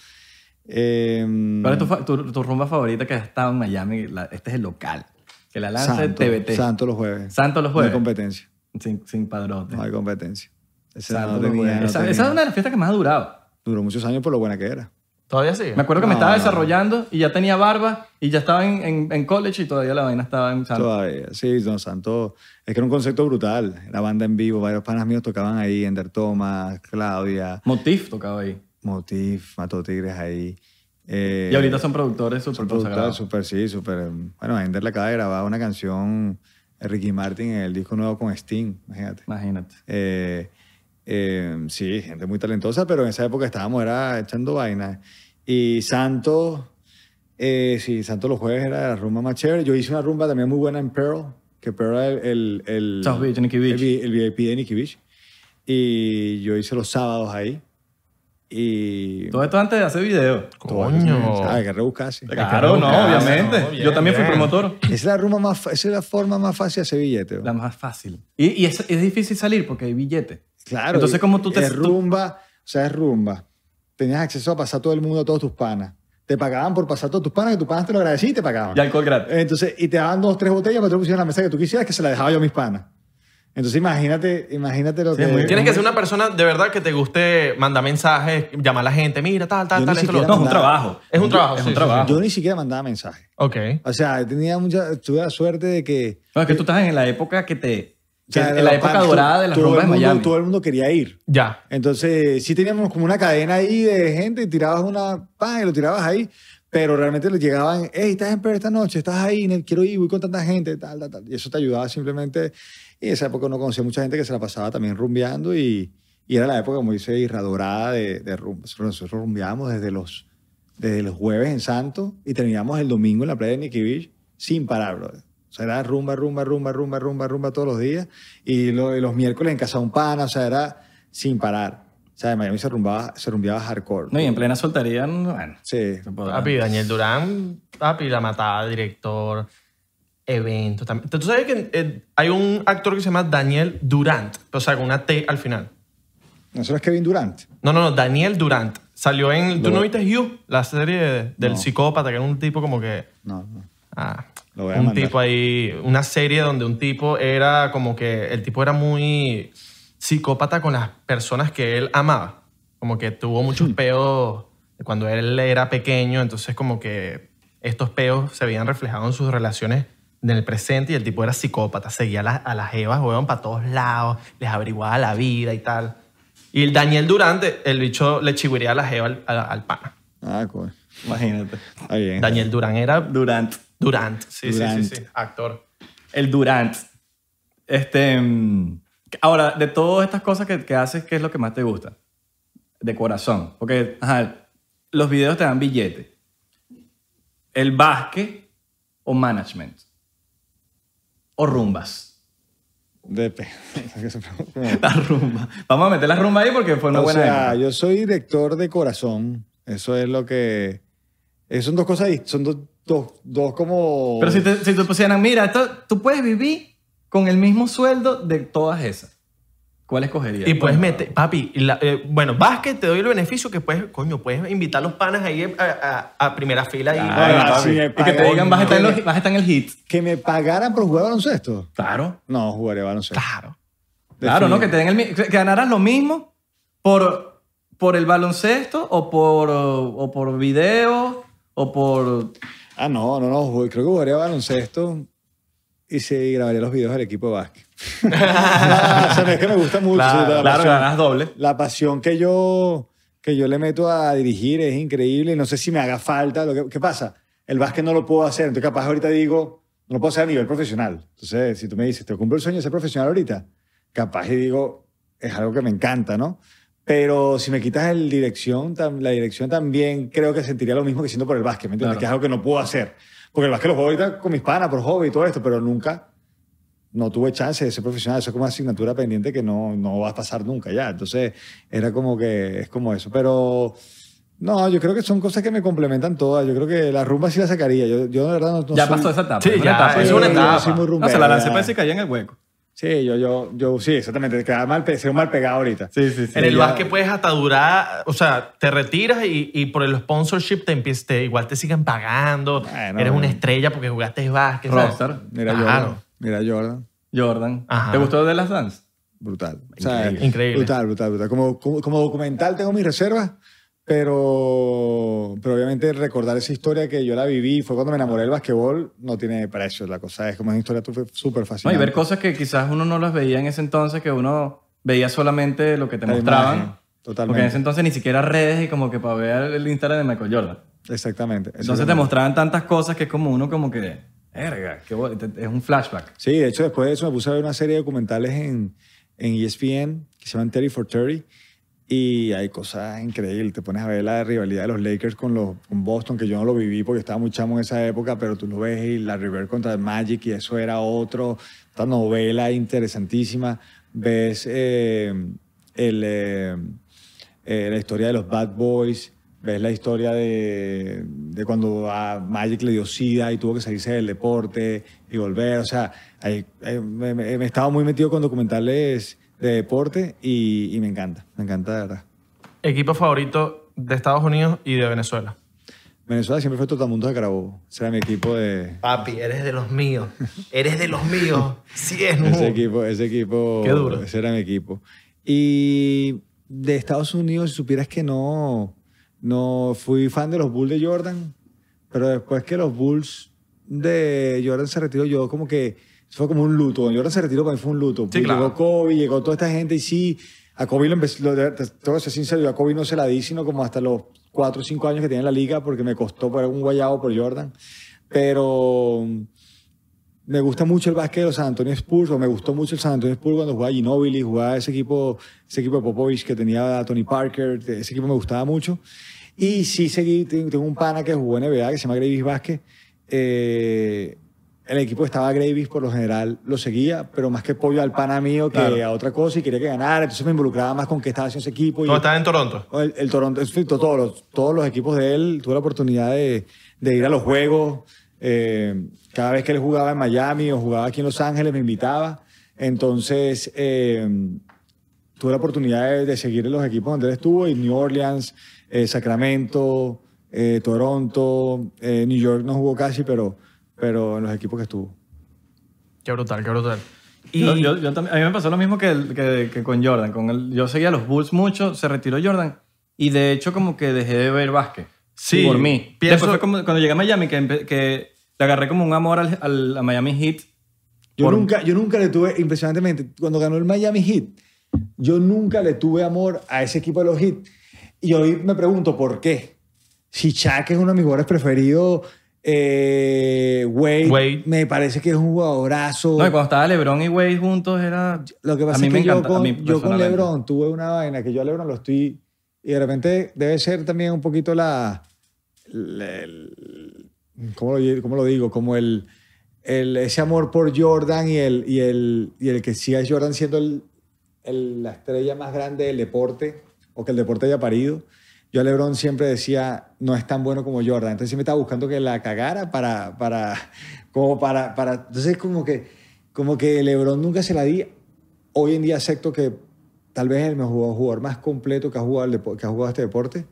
[SPEAKER 4] Em,
[SPEAKER 3] ¿Cuál es tu, fa- tu, tu rumba favorita que has estado en Miami? La- este es el local. Que la lanza el
[SPEAKER 4] Santo,
[SPEAKER 3] TBT. Santo,
[SPEAKER 4] Santo los jueves.
[SPEAKER 3] los
[SPEAKER 4] No hay
[SPEAKER 3] jueves.
[SPEAKER 4] competencia.
[SPEAKER 3] sin, sin padrote.
[SPEAKER 4] No hay competencia. Esa
[SPEAKER 3] Santo
[SPEAKER 4] no
[SPEAKER 3] los
[SPEAKER 4] tenía,
[SPEAKER 3] jueves.
[SPEAKER 4] no
[SPEAKER 3] Esa-
[SPEAKER 4] tenía.
[SPEAKER 3] esa es una de las fiestas que más ha durado.
[SPEAKER 4] Duró muchos años por lo buena que era.
[SPEAKER 2] Todavía sigue.
[SPEAKER 3] Me acuerdo que me
[SPEAKER 4] No,
[SPEAKER 3] estaba
[SPEAKER 4] no.
[SPEAKER 3] desarrollando y ya tenía barba y ya estaba en, en- en college y todavía la vaina estaba en San
[SPEAKER 4] Todavía. Sí, no, Santo. Es que era un concepto brutal. La banda en vivo, varios panas míos tocaban ahí. Ender Thomas, Claudia,
[SPEAKER 3] Motif tocaba ahí.
[SPEAKER 4] Motif, Mato Tigres ahí. Eh,
[SPEAKER 3] y ahorita son productores súper
[SPEAKER 4] Son productores
[SPEAKER 3] consagrados.
[SPEAKER 4] súper, sí, súper. Bueno, Ender le acaba de grabar una canción a Ricky Martin en el disco nuevo con Sting, imagínate.
[SPEAKER 3] Imagínate.
[SPEAKER 4] Eh, eh, sí, gente muy talentosa, pero en esa época estábamos era echando vainas. Y Santo, eh, sí, Santo los jueves era la rumba más chévere. Yo hice una rumba también muy buena en Pearl, que Pearl era el... el, el-
[SPEAKER 3] South Beach, Nikki Beach.
[SPEAKER 4] El, vi- el VIP de Nicky Beach. Y yo hice los sábados ahí. Y...
[SPEAKER 3] Todo esto antes de hacer video. Oh.
[SPEAKER 2] Coño.
[SPEAKER 4] Ah, hay que rebuscarse.
[SPEAKER 3] Claro, no,
[SPEAKER 2] buscar,
[SPEAKER 3] obviamente.
[SPEAKER 2] no, bien,
[SPEAKER 3] Yo también fui
[SPEAKER 2] bien.
[SPEAKER 3] promotor.
[SPEAKER 4] Esa es la, rumba más, fa- esa es la forma más fácil de hacer billete. ¿no?
[SPEAKER 3] La más fácil. Y, y es, es difícil salir porque hay billetes.
[SPEAKER 4] Claro.
[SPEAKER 3] Entonces,
[SPEAKER 4] y-
[SPEAKER 3] ¿cómo tú te-
[SPEAKER 4] Es
[SPEAKER 3] tú-
[SPEAKER 4] rumba, o sea, es rumba. Tenías acceso a pasar todo el mundo, a todos tus panas. Te pagaban por pasar todos tus panas, que tus panas te lo agradecían y te pagaban.
[SPEAKER 3] Y alcohol gratis.
[SPEAKER 4] Entonces, y te daban dos, tres botellas para tú pusieras en la mesa que tú quisieras, que se la dejaba yo a mis panas. Entonces, imagínate, imagínate lo
[SPEAKER 3] Sí,
[SPEAKER 4] que...
[SPEAKER 3] es muy-
[SPEAKER 2] Tienes que ser una persona de verdad que te guste mandar mensajes, llamar a la gente, mira, tal, tal,
[SPEAKER 4] Yo ni
[SPEAKER 2] tal, esto, lo
[SPEAKER 4] siquiera
[SPEAKER 3] No, es
[SPEAKER 2] otro.
[SPEAKER 3] un trabajo.
[SPEAKER 2] Es un trabajo,
[SPEAKER 3] Es
[SPEAKER 2] sí,
[SPEAKER 3] un
[SPEAKER 2] sí,
[SPEAKER 3] trabajo.
[SPEAKER 4] Yo ni siquiera mandaba mensaje.
[SPEAKER 2] Ok.
[SPEAKER 4] O sea, tenía mucha, tuve la suerte de que...
[SPEAKER 3] No, es que tú estás en la época que te...
[SPEAKER 4] o sea,
[SPEAKER 3] que-
[SPEAKER 4] de
[SPEAKER 3] en la
[SPEAKER 4] los
[SPEAKER 3] época
[SPEAKER 4] panas,
[SPEAKER 3] dorada de las
[SPEAKER 4] todo el
[SPEAKER 3] rumbas de
[SPEAKER 4] mundo-
[SPEAKER 3] Miami.
[SPEAKER 4] Todo el mundo quería ir.
[SPEAKER 2] Ya.
[SPEAKER 4] Entonces, sí teníamos como una cadena ahí de gente y tirabas una pan y lo tirabas ahí, pero realmente le llegaban, hey, estás en Perú esta noche, estás ahí, ne- quiero ir, voy con tanta gente, tal, tal, tal. Y eso te ayudaba simplemente. Y en esa época no conocía mucha gente que se la pasaba también rumbeando y, y era la época, como dice Isra, dorada de, de rumba. Nosotros nosotros rumbeábamos desde los, desde los jueves en Santo y terminamos el domingo en la playa de Nikki Beach sin parar, brother. O sea, era rumba, rumba, rumba, rumba, rumba, rumba todos los días. Y lo- y los miércoles en casa de un pana, o sea, era sin parar. O sea, en Miami se rumbaba, se rumbeaba hardcore.
[SPEAKER 3] No, y en plena soltería, no, bueno.
[SPEAKER 4] Sí.
[SPEAKER 3] se podrá.
[SPEAKER 2] Papi, Daniel Durán, papi, la mataba, director, evento. También. Tú sabes que eh, hay un actor que se llama Daniel Durant, o sea, con una T al final.
[SPEAKER 4] Nosotros Kevin Durant.
[SPEAKER 2] No, no, no, Daniel Durant. Salió en. ¿Tú
[SPEAKER 4] Lo-
[SPEAKER 2] no viste Hugh? La serie de- del psicópata, que era un tipo como que.
[SPEAKER 4] No, no.
[SPEAKER 2] Ah,
[SPEAKER 4] Lo voy a
[SPEAKER 2] un
[SPEAKER 4] mandar.
[SPEAKER 2] tipo ahí, una serie donde un tipo era como que el tipo era muy psicópata con las personas que él amaba. Como que tuvo
[SPEAKER 4] <laughs>
[SPEAKER 2] muchos peos cuando él era pequeño, entonces como que estos peos se habían reflejado en sus relaciones en el presente y el tipo era psicópata, seguía a las, a las evas, weón, para todos lados, les averiguaba la vida y tal. Y el Daniel Durante, el bicho le chihuiría la jeva al, al, al pana.
[SPEAKER 4] Ah, cool.
[SPEAKER 3] Imagínate.
[SPEAKER 4] Está bien.
[SPEAKER 2] Daniel Durán era
[SPEAKER 3] Durant.
[SPEAKER 2] Durant. Sí,
[SPEAKER 4] Durant.
[SPEAKER 2] sí, sí, sí, actor.
[SPEAKER 3] El Durant. Este. mm, Ahora, de todas estas cosas que, que haces, ¿qué es lo que más te gusta? De corazón. Porque, ajá, los videos te dan billete. ¿El básquet o management? ¿O rumbas? <laughs>
[SPEAKER 4] De pe- <laughs> Eso fue como-
[SPEAKER 3] La rumba. Vamos a meter la rumba ahí porque fue una
[SPEAKER 4] o
[SPEAKER 3] buena.
[SPEAKER 4] sea,
[SPEAKER 3] época.
[SPEAKER 4] yo soy director de corazón. Eso es lo que... eh, son dos cosas ahí. Son dos, dos, dos como...
[SPEAKER 3] Pero si te, si te pusieran, mira, esto- tú puedes vivir con el mismo sueldo de todas esas. ¿Cuál escogerías?
[SPEAKER 2] Y puedes
[SPEAKER 3] Bueno,
[SPEAKER 2] meter, papi, y la- eh, bueno, básquet te doy el beneficio que puedes, coño, puedes invitar a los panas ahí eh, a, a- a primera fila. Y,
[SPEAKER 3] Claro,
[SPEAKER 4] Ahora,
[SPEAKER 3] papi.
[SPEAKER 4] si me
[SPEAKER 3] y que te
[SPEAKER 4] pagan-
[SPEAKER 3] digan, vas a estar en, los- vas a estar en el hit.
[SPEAKER 4] Que me pagaran por jugar baloncesto.
[SPEAKER 3] Claro.
[SPEAKER 4] No, jugaré
[SPEAKER 3] Ah.
[SPEAKER 4] baloncesto.
[SPEAKER 2] Claro.
[SPEAKER 3] Claro, ¿no? Que
[SPEAKER 4] Definitivo.
[SPEAKER 3] te den el mi- que ganaras lo mismo por, por el baloncesto o por, o por video o por...
[SPEAKER 4] Ah, no, no, no. jugué- Creo que jugaría baloncesto y sí, grabaría los videos del equipo de básquet. <laughs> Ah, o sea, no es que me gusta mucho. sí, la
[SPEAKER 3] claro,
[SPEAKER 4] pasión-
[SPEAKER 3] ganas doble.
[SPEAKER 4] la pasión que yo, que yo le meto a dirigir es increíble. y No sé si me haga falta. Lo que, ¿Qué pasa? El básquet no lo puedo hacer. Entonces, capaz ahorita digo, no lo puedo hacer a nivel profesional. Entonces, si tú me dices, te cumplo el sueño de ser profesional ahorita, capaz y digo, es algo que me encanta, ¿no? Pero si me quitas el dirección, tam- la dirección también creo que sentiría lo mismo que siento por el básquet, ¿me entiendes?
[SPEAKER 3] Claro.
[SPEAKER 4] Que es algo que no puedo hacer. Porque el básquet lo juego ahorita con mis panas por hobby y todo esto, pero nunca no tuve chance de ser profesional. Eso es como una asignatura pendiente que no, no va a pasar nunca ya. Entonces, era como que es como eso. Pero no, yo creo que son cosas que me complementan todas. Yo creo que la rumba sí la sacaría. Yo, yo de verdad no, no
[SPEAKER 3] ya
[SPEAKER 4] soy-
[SPEAKER 3] pasó esa etapa.
[SPEAKER 2] Sí,
[SPEAKER 3] una
[SPEAKER 2] ya, eh,
[SPEAKER 3] etapa.
[SPEAKER 2] es una
[SPEAKER 4] Yo- yo
[SPEAKER 2] etapa.
[SPEAKER 4] soy muy
[SPEAKER 3] No,
[SPEAKER 4] rumbero,
[SPEAKER 3] se la lancé
[SPEAKER 4] ya.
[SPEAKER 3] para decir que caía en el hueco.
[SPEAKER 4] Sí, yo, yo, yo sí, exactamente. Quedaba mal, pe- ser un mal pegado ahorita.
[SPEAKER 3] Sí, sí, sí.
[SPEAKER 2] En el
[SPEAKER 4] ya.
[SPEAKER 2] básquet puedes hasta durar, o sea, te retiras y, y por el sponsorship te, empie- te- igual te siguen pagando.
[SPEAKER 4] Bueno,
[SPEAKER 2] Eres una
[SPEAKER 4] bueno.
[SPEAKER 2] estrella porque jugaste básquet. ¿sabes?
[SPEAKER 3] Rockstar,
[SPEAKER 4] Mira
[SPEAKER 2] Claro.
[SPEAKER 4] Jordan. Mira Jordan.
[SPEAKER 3] Jordan.
[SPEAKER 2] Ajá.
[SPEAKER 3] ¿Te gustó de las dance?
[SPEAKER 4] Brutal. O sea,
[SPEAKER 2] Increíble. Increíble.
[SPEAKER 4] Brutal, brutal, brutal. Como, como, como documental tengo mis reservas, pero, pero obviamente recordar esa historia que yo la viví, fue cuando me enamoré del basquetbol, no tiene precio. La cosa es como es una historia tu- súper fácil.
[SPEAKER 3] No, y ver cosas que quizás uno no las veía en ese entonces, que uno veía solamente lo que te
[SPEAKER 4] La
[SPEAKER 3] mostraban.
[SPEAKER 4] imagen, totalmente.
[SPEAKER 3] Porque en ese entonces ni siquiera redes y como que para ver el Instagram de Michael Jordan.
[SPEAKER 4] Exactamente.
[SPEAKER 3] Entonces
[SPEAKER 4] exactamente.
[SPEAKER 3] te mostraban tantas cosas que es como uno como que, verga, qué bo- te- es un flashback.
[SPEAKER 4] Sí, de hecho, después de eso me puse a ver una serie de documentales en, en E ESPN que se llaman 30 for 30. Y hay cosas increíbles. Te pones a ver la rivalidad de los Lakers con, los, con Boston, que yo no lo viví porque estaba muy chamo en esa época, pero tú lo ves y la River contra el Magic y eso era otro. Esta novela interesantísima. Ves eh, el, eh, eh, la historia de los Bad Boys. Ves la historia de, de cuando a Magic le dio sida y tuvo que salirse del deporte y volver. O sea, ahí, eh, me, me- me he estado muy metido con documentales de deporte y, y me encanta, me encanta de verdad.
[SPEAKER 2] Equipo favorito de Estados Unidos y de Venezuela.
[SPEAKER 4] Venezuela siempre fue Trotamundos de Carabobo. Ese era mi equipo de...
[SPEAKER 2] Papi, eres de los míos. Eres de los míos. Sí, es no.
[SPEAKER 4] Ese equipo, ese equipo...
[SPEAKER 2] Qué duro.
[SPEAKER 4] Ese era mi equipo. Y de Estados Unidos, si supieras que no... No fui fan de los Bulls de Jordan, pero después que los Bulls de Jordan se retiró, yo como que... Fue como un luto. Cuando Jordan se retiró, para mí fue un luto.
[SPEAKER 2] Sí, claro.
[SPEAKER 4] Llegó Kobe, llegó toda esta gente y sí... A Kobe lo empecé, lo, de- te- tengo que ser sincero, yo a Kobe no se la di, sino como hasta los 4 o 5 años que tenía en la liga, porque me costó poner un guayabo por Jordan. Pero mm, me gusta mucho el básquet de los San Antonio Spurs, o me gustó mucho el San Antonio Spurs cuando jugaba Ginobili, jugaba ese equipo, ese equipo de Popovich que tenía a Tony Parker, te- ese equipo me gustaba mucho. Y sí seguí, ten- tengo un pana que jugó en NBA que se llama Gravis Vázquez. Eh, el equipo que estaba Gravis, por lo general lo seguía, pero más que pollo al pana mío que
[SPEAKER 3] Claro.
[SPEAKER 4] a otra cosa y quería que ganara, entonces me involucraba más con qué estaba haciendo ese equipo. y-
[SPEAKER 2] No, estás en Toronto.
[SPEAKER 4] el, el Toronto, en fin, to- todos los, todos los equipos de él, tuve la oportunidad de, de ir a los juegos. eh, cada vez que él jugaba en Miami o jugaba aquí en Los Ángeles, me invitaba. Entonces, eh, tuve la oportunidad de, de seguir en los equipos donde él estuvo, y New Orleans, eh, Sacramento, eh, Toronto, eh, New York no jugó casi, pero, pero en los equipos que estuvo.
[SPEAKER 2] Qué brutal, qué brutal. Y
[SPEAKER 3] Yo- yo- yo también- a mí me pasó lo mismo que, el- que- que con Jordan. Con el, yo seguía a los Bulls mucho, se retiró Jordan y de hecho como que dejé de ver básquet.
[SPEAKER 2] Sí,
[SPEAKER 3] Por mí.
[SPEAKER 2] pienso-
[SPEAKER 3] Después fue como- cuando llegué a Miami que, empe- que le agarré como un amor al, al- a Miami Heat.
[SPEAKER 4] Yo
[SPEAKER 3] Por-
[SPEAKER 4] nunca, yo nunca le tuve, impresionantemente, cuando ganó el Miami Heat, yo nunca le tuve amor a ese equipo de los Heat. Y hoy me pregunto, ¿por qué? Si Shaq es uno de mis jugadores preferidos, eh, Wade,
[SPEAKER 2] Wade.
[SPEAKER 4] me parece que es un jugadorazo.
[SPEAKER 3] No, y cuando estaba LeBron y Wade juntos era...
[SPEAKER 4] Lo que pasa
[SPEAKER 3] a mí
[SPEAKER 4] es
[SPEAKER 3] me
[SPEAKER 4] que yo,
[SPEAKER 3] encanta, a
[SPEAKER 4] con,
[SPEAKER 3] mí
[SPEAKER 4] yo con
[SPEAKER 3] personalmente.
[SPEAKER 4] LeBron tuve una vaina que yo a LeBron lo estoy. Y de repente debe ser también un poquito la. la- el- ¿cómo, lo, cómo lo digo? Como el, el- ese amor por Jordan y el, y el, y el que siga Jordan siendo el- el- la estrella más grande del deporte o que el deporte haya parido. Yo a LeBron siempre decía, no es tan bueno como Jordan. Entonces siempre estaba buscando que la cagara para. para como para, para. Entonces, como que, como que LeBron nunca se la di hoy en día acepto que tal vez es el mejor jugador, jugador más completo que ha jugado, el depo- que ha jugado este deporte.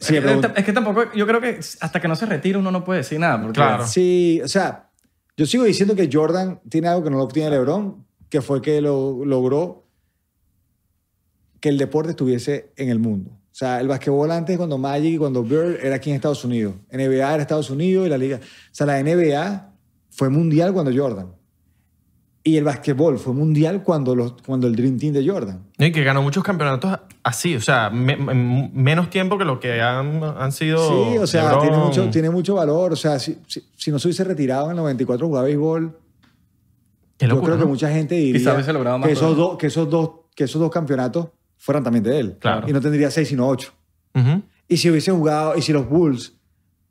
[SPEAKER 4] Sí, me
[SPEAKER 3] es,
[SPEAKER 4] pregunto-
[SPEAKER 3] es que tampoco, yo creo que hasta que no se retira uno no puede decir nada. Porque
[SPEAKER 2] Claro.
[SPEAKER 4] sí, o sea, yo sigo diciendo que Jordan tiene algo que no lo tiene LeBron, que fue que lo, logró que el deporte estuviese en el mundo. O sea, el basquetbol antes, cuando Magic y cuando Bird, era aquí en Estados Unidos. NBA era Estados Unidos y la liga. O sea, la NBA fue mundial cuando Jordan. Y el basquetbol fue mundial cuando, los, cuando el Dream Team de Jordan.
[SPEAKER 2] y que ganó muchos campeonatos así, o sea, me- me- menos tiempo que lo que han, han sido.
[SPEAKER 4] Sí, o sea,
[SPEAKER 2] LeBron.
[SPEAKER 4] tiene mucho, tiene mucho valor. O sea, si, si, si no se hubiese retirado en el 94 a jugar a béisbol,
[SPEAKER 2] Qué
[SPEAKER 4] yo
[SPEAKER 2] locura,
[SPEAKER 4] creo que
[SPEAKER 2] ¿no?
[SPEAKER 4] mucha gente diría
[SPEAKER 3] Quizás hubiese logrado más
[SPEAKER 4] que, esos
[SPEAKER 3] cosas.
[SPEAKER 4] dos, que, esos dos, que esos dos campeonatos fueran también de él.
[SPEAKER 2] Claro.
[SPEAKER 4] Y no tendría seis, sino ocho.
[SPEAKER 2] Ujú.
[SPEAKER 4] Y si hubiese jugado, y si los Bulls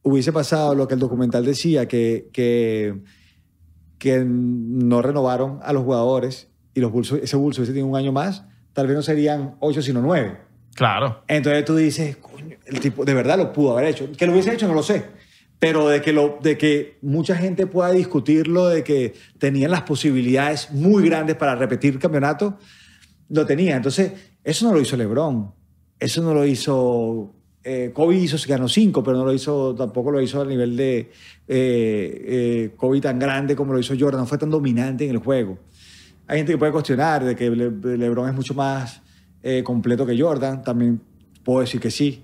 [SPEAKER 4] hubiese pasado lo que el documental decía, que, que, que no renovaron a los jugadores y los Bulls, ese Bulls hubiese tenido un año más, tal vez no serían ocho, sino nueve.
[SPEAKER 2] Claro.
[SPEAKER 4] Entonces tú dices, coño, el tipo de verdad lo pudo haber hecho. Que lo hubiese hecho, no lo sé. Pero de que, lo, de que mucha gente pueda discutirlo, de que tenían las posibilidades muy grandes para repetir campeonato, lo tenía. Entonces, eso no lo hizo LeBron. Eso no lo hizo. eh, Kobe hizo, ganó cinco, pero no lo hizo, tampoco lo hizo a nivel de eh, eh, Kobe tan grande como lo hizo Jordan. Fue tan dominante en el juego. Hay gente que puede cuestionar de que Le- LeBron es mucho más eh, completo que Jordan. También puedo decir que sí.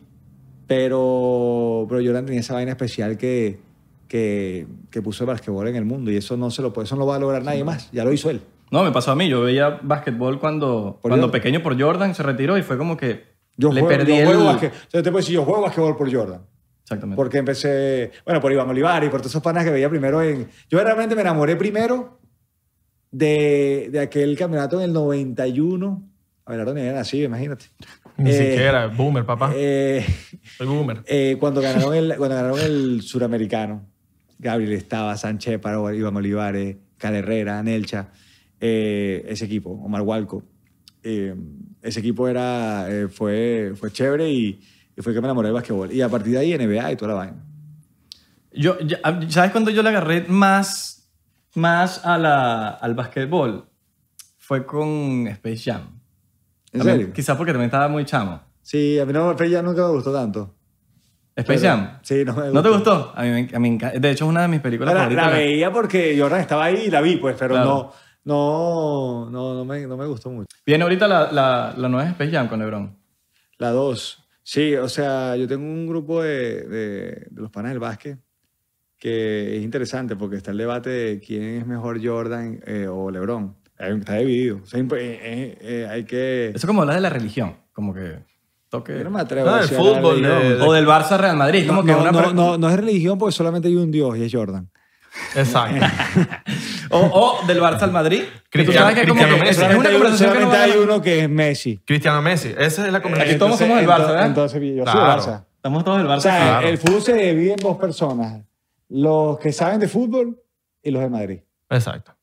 [SPEAKER 4] Pero, pero Jordan tenía esa vaina especial que, que, que puso el basquetbol en el mundo. Y eso no, se lo, puede- eso no lo va a lograr nadie más. Ya lo hizo él.
[SPEAKER 3] No, me pasó a mí. Yo veía básquetbol cuando,
[SPEAKER 4] Por
[SPEAKER 3] cuando
[SPEAKER 4] Jordan.
[SPEAKER 3] pequeño por Jordan, se retiró y fue como que
[SPEAKER 4] Yo
[SPEAKER 3] le
[SPEAKER 4] juego,
[SPEAKER 3] perdí
[SPEAKER 4] yo juego
[SPEAKER 3] el...
[SPEAKER 4] basque- o sea, te puedo decir, yo juego basquetbol por Jordan.
[SPEAKER 3] Exactamente.
[SPEAKER 4] Porque empecé, bueno, por Iván Olivari, por todos esos panas que veía primero en... Yo realmente me enamoré primero de, de aquel campeonato del 91. Abelardo ni era nacido, imagínate.
[SPEAKER 2] Ni
[SPEAKER 4] Eh,
[SPEAKER 2] siquiera, boomer,
[SPEAKER 3] Ah.
[SPEAKER 2] papá.
[SPEAKER 4] Eh,
[SPEAKER 2] Soy boomer.
[SPEAKER 4] eh, cuando, ganaron el, cuando ganaron el suramericano, Gabriel estaba, Sánchez, Paro, Iván Olivares, Cal Herrera, Nelcha, eh, ese equipo, Omar Hualco. Eh, ese equipo era, eh, fue, fue chévere y, y fue que me enamoré del basquetbol. Y a partir de ahí NBA y toda la vaina.
[SPEAKER 3] Yo, ya- ah, ¿Sabes cuando yo le agarré más, más a la, al basquetbol? Fue con Space Jam.
[SPEAKER 4] ¿En
[SPEAKER 3] También-
[SPEAKER 4] serio?
[SPEAKER 3] Quizás porque también estaba muy chamo.
[SPEAKER 4] Sí, a mí no, Fey ya nunca me gustó tanto.
[SPEAKER 3] Space Jam.
[SPEAKER 4] Sí, no me
[SPEAKER 3] ¿No te
[SPEAKER 4] gustó.
[SPEAKER 3] gustó? A mí me, a mí me encanta. De hecho, es una de mis películas
[SPEAKER 4] La,
[SPEAKER 3] favoritas.
[SPEAKER 4] la veía porque Jordan estaba ahí y la vi, pues, pero
[SPEAKER 3] Claro.
[SPEAKER 4] no, no, no, no me, no me gustó mucho.
[SPEAKER 3] Viene ahorita la, la, la nueva Space Jam con LeBron.
[SPEAKER 4] La dos. Sí, o sea, yo tengo un grupo de, de- de los panas del básquet que es interesante porque está el debate de quién es mejor Jordan eh, o LeBron. Hay un- Está dividido. O sea, imp- eh, eh, eh, hay que...
[SPEAKER 3] Eso como hablar de la religión. Como que toque...
[SPEAKER 4] Yo no me atrevo
[SPEAKER 2] Ah,
[SPEAKER 4] a
[SPEAKER 2] el
[SPEAKER 4] decir
[SPEAKER 2] fútbol,
[SPEAKER 4] la religión.
[SPEAKER 2] de-
[SPEAKER 3] O del Barça Real Madrid. Como
[SPEAKER 4] No,
[SPEAKER 3] que
[SPEAKER 4] no,
[SPEAKER 3] una
[SPEAKER 4] no,
[SPEAKER 3] pre-
[SPEAKER 4] no, no es religión porque solamente hay un dios y es Jordan. <laughs>
[SPEAKER 2] Exacto.
[SPEAKER 3] O, o del Barça al Madrid. que tú
[SPEAKER 2] Cristiano-
[SPEAKER 3] sabes que es como
[SPEAKER 2] Cristiano
[SPEAKER 3] que
[SPEAKER 2] Messi.
[SPEAKER 3] es una
[SPEAKER 4] Solamente hay un-
[SPEAKER 3] conversación que no
[SPEAKER 4] solamente
[SPEAKER 3] vale
[SPEAKER 4] hay
[SPEAKER 3] la-
[SPEAKER 4] uno que es Messi.
[SPEAKER 2] Cristiano Messi. Esa es la
[SPEAKER 3] Aquí
[SPEAKER 2] combinación.
[SPEAKER 3] todos somos del Barça, ¿eh?
[SPEAKER 1] Entonces-
[SPEAKER 3] ¿verdad?
[SPEAKER 1] Entonces, yo soy
[SPEAKER 2] Claro.
[SPEAKER 1] Barça.
[SPEAKER 3] Estamos todos del Barça.
[SPEAKER 1] O sea,
[SPEAKER 4] eh,
[SPEAKER 2] Claro.
[SPEAKER 1] el fútbol se divide en dos personas. Los que saben de fútbol y los de
[SPEAKER 3] <laughs>
[SPEAKER 1] Madrid.
[SPEAKER 2] Exacto.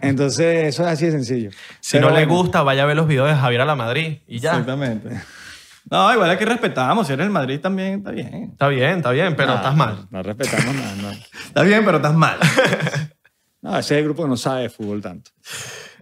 [SPEAKER 1] Entonces, eso es así de sencillo.
[SPEAKER 2] Si
[SPEAKER 1] Pero
[SPEAKER 2] no le
[SPEAKER 1] bueno,
[SPEAKER 2] gusta, vaya a ver los videos de Javier a la Madrid y ya.
[SPEAKER 3] Exactamente. No, igual es que respetamos. Si eres el Madrid también está bien.
[SPEAKER 2] Está bien, está bien, pero estás mal.
[SPEAKER 4] No respetamos nada. No.
[SPEAKER 3] Está bien, pero estás mal.
[SPEAKER 4] No, ese es el grupo que no sabe de fútbol tanto.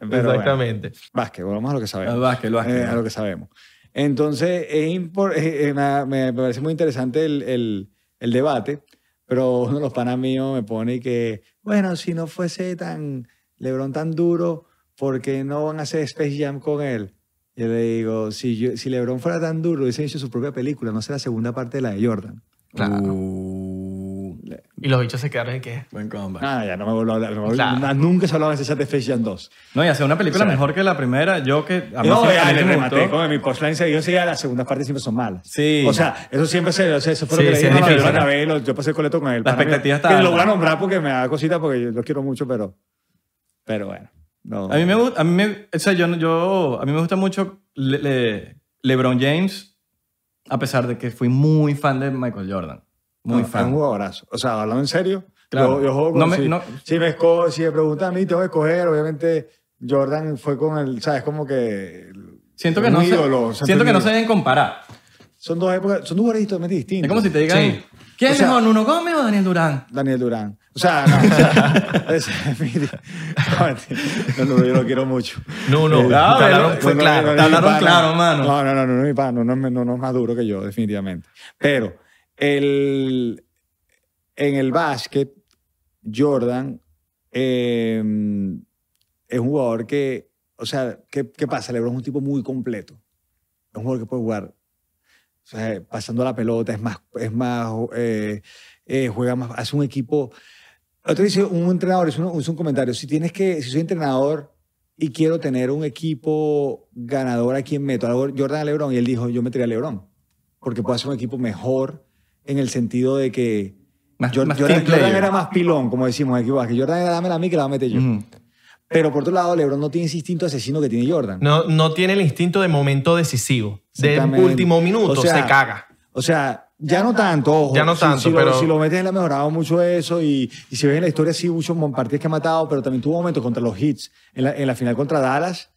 [SPEAKER 4] Pero bueno.
[SPEAKER 2] Exactamente.
[SPEAKER 4] Básquet, volvamos a lo que sabemos.
[SPEAKER 3] Al básquet, al básquet.
[SPEAKER 4] Eh, a lo que sabemos. Entonces, es impor- eh, eh, me, me parece muy interesante el, el- el debate, pero uno de los panas míos me pone que, bueno, si no fuese tan Lebron tan duro, ¿por qué no van a hacer Space Jam con él? Yo le digo, si, yo- si Lebron fuera tan duro, hubiese hecho su propia película, no sé la segunda parte de la de Jordan.
[SPEAKER 3] Uh,
[SPEAKER 2] Y los bichos se quedaron en que.
[SPEAKER 3] buen comeback.
[SPEAKER 4] Ah, ya no me vuelvo a hablar. no me vuelvo-
[SPEAKER 2] Claro.
[SPEAKER 4] Nunca se hablaba de ese chat de Space Jam 2.
[SPEAKER 3] No, y hacer una película
[SPEAKER 4] O sea,
[SPEAKER 3] mejor que la primera. Yo que. A mí
[SPEAKER 4] no,
[SPEAKER 3] sí- a
[SPEAKER 4] ya,
[SPEAKER 3] mí
[SPEAKER 4] le
[SPEAKER 3] sí me
[SPEAKER 4] rematé
[SPEAKER 3] gustó.
[SPEAKER 4] con mi postline seguido. Sí, ya "Ah, las segundas partes siempre son malas.
[SPEAKER 3] Sí.
[SPEAKER 4] O sea, eso siempre se. O sea, eso fue lo
[SPEAKER 2] Sí,
[SPEAKER 4] que
[SPEAKER 2] sí,
[SPEAKER 4] le
[SPEAKER 2] es
[SPEAKER 4] dije a
[SPEAKER 2] difícil.
[SPEAKER 4] Jordan Abel, Yo pasé el coleto con él.
[SPEAKER 3] La
[SPEAKER 4] Para mí,
[SPEAKER 3] expectativa está
[SPEAKER 4] Que
[SPEAKER 3] alta.
[SPEAKER 4] lo voy a nombrar porque me da cosita, porque yo lo quiero mucho, pero. Pero bueno. No.
[SPEAKER 3] A mí me gusta. A mí me, o sea, yo, no- yo, a mí me gusta mucho Le- Le- LeBron James, a pesar de que fui muy fan de Michael Jordan. Muy
[SPEAKER 4] No, Es
[SPEAKER 3] fan.
[SPEAKER 4] un jugadorazo. O sea, hablando en serio.
[SPEAKER 3] Claro.
[SPEAKER 4] Yo, yo juego con.
[SPEAKER 3] No me-
[SPEAKER 4] si,
[SPEAKER 3] no-
[SPEAKER 4] si me esco- si me preguntan a mí, tengo que escoger. Obviamente, Jordan fue con el. ¿Sabes? Como que.
[SPEAKER 3] Siento que
[SPEAKER 4] un
[SPEAKER 3] no se,
[SPEAKER 4] ídolo, o sea,
[SPEAKER 3] siento que no se
[SPEAKER 4] un ídolo.
[SPEAKER 3] deben comparar.
[SPEAKER 4] Son dos épocas. Son dos jugadores totalmente distintos.
[SPEAKER 3] Es como si te digan,
[SPEAKER 2] Sí.
[SPEAKER 3] ¿quién
[SPEAKER 4] O
[SPEAKER 3] es
[SPEAKER 4] sea-
[SPEAKER 3] mejor, Nuno Gómez o Daniel Durán?
[SPEAKER 4] Daniel Durán. O sea, no. o sea, <laughs> es- no, mentira. no, no, yo lo quiero mucho.
[SPEAKER 2] No, no.
[SPEAKER 4] Eh,
[SPEAKER 2] te
[SPEAKER 3] claro,
[SPEAKER 2] hablaron-
[SPEAKER 3] no,
[SPEAKER 2] fue
[SPEAKER 3] no,
[SPEAKER 2] claro.
[SPEAKER 3] no, no. Te
[SPEAKER 4] es mi
[SPEAKER 3] hablaron
[SPEAKER 4] pana.
[SPEAKER 3] claro, mano.
[SPEAKER 4] No, no, no, no, no es mi pana, no, no, no, no es más duro que yo, definitivamente. Pero el, en el básquet, Jordan eh, es un jugador que, o sea, ¿qué, qué pasa? LeBron es un tipo muy completo. Es un jugador que puede jugar o sea, pasando la pelota, es más, es más eh, eh, juega más, hace un equipo. Otro dice, un entrenador hizo un, hizo un comentario, si tienes que, si soy entrenador y quiero tener un equipo ganador, ¿a quién meto? Algo Jordan a Lebron, y él dijo, yo metería a Lebron, porque puedo hacer un equipo mejor en el sentido de que
[SPEAKER 3] Más-
[SPEAKER 4] Jor-
[SPEAKER 3] más
[SPEAKER 4] Jordan,
[SPEAKER 3] team
[SPEAKER 4] Jordan
[SPEAKER 3] player.
[SPEAKER 4] era más pilón, como decimos aquí, que Jordan era dámela a mí que la va a meter yo.
[SPEAKER 3] Ujú.
[SPEAKER 4] Pero por otro lado, Lebron no tiene ese instinto asesino que tiene Jordan.
[SPEAKER 2] No, no tiene el instinto de momento decisivo. De
[SPEAKER 4] Exactamente.
[SPEAKER 2] último minuto
[SPEAKER 4] O sea,
[SPEAKER 2] se caga.
[SPEAKER 4] O sea, ya no tanto, ojo.
[SPEAKER 2] Ya no
[SPEAKER 4] Si-
[SPEAKER 2] tanto,
[SPEAKER 4] si, lo-
[SPEAKER 2] pero-
[SPEAKER 4] Si lo metes, le ha mejorado mucho eso. Y, y si ves en la historia, sí, muchos partidos que ha matado, pero también tuvo momentos contra los hits. En la, en la final contra Dallas,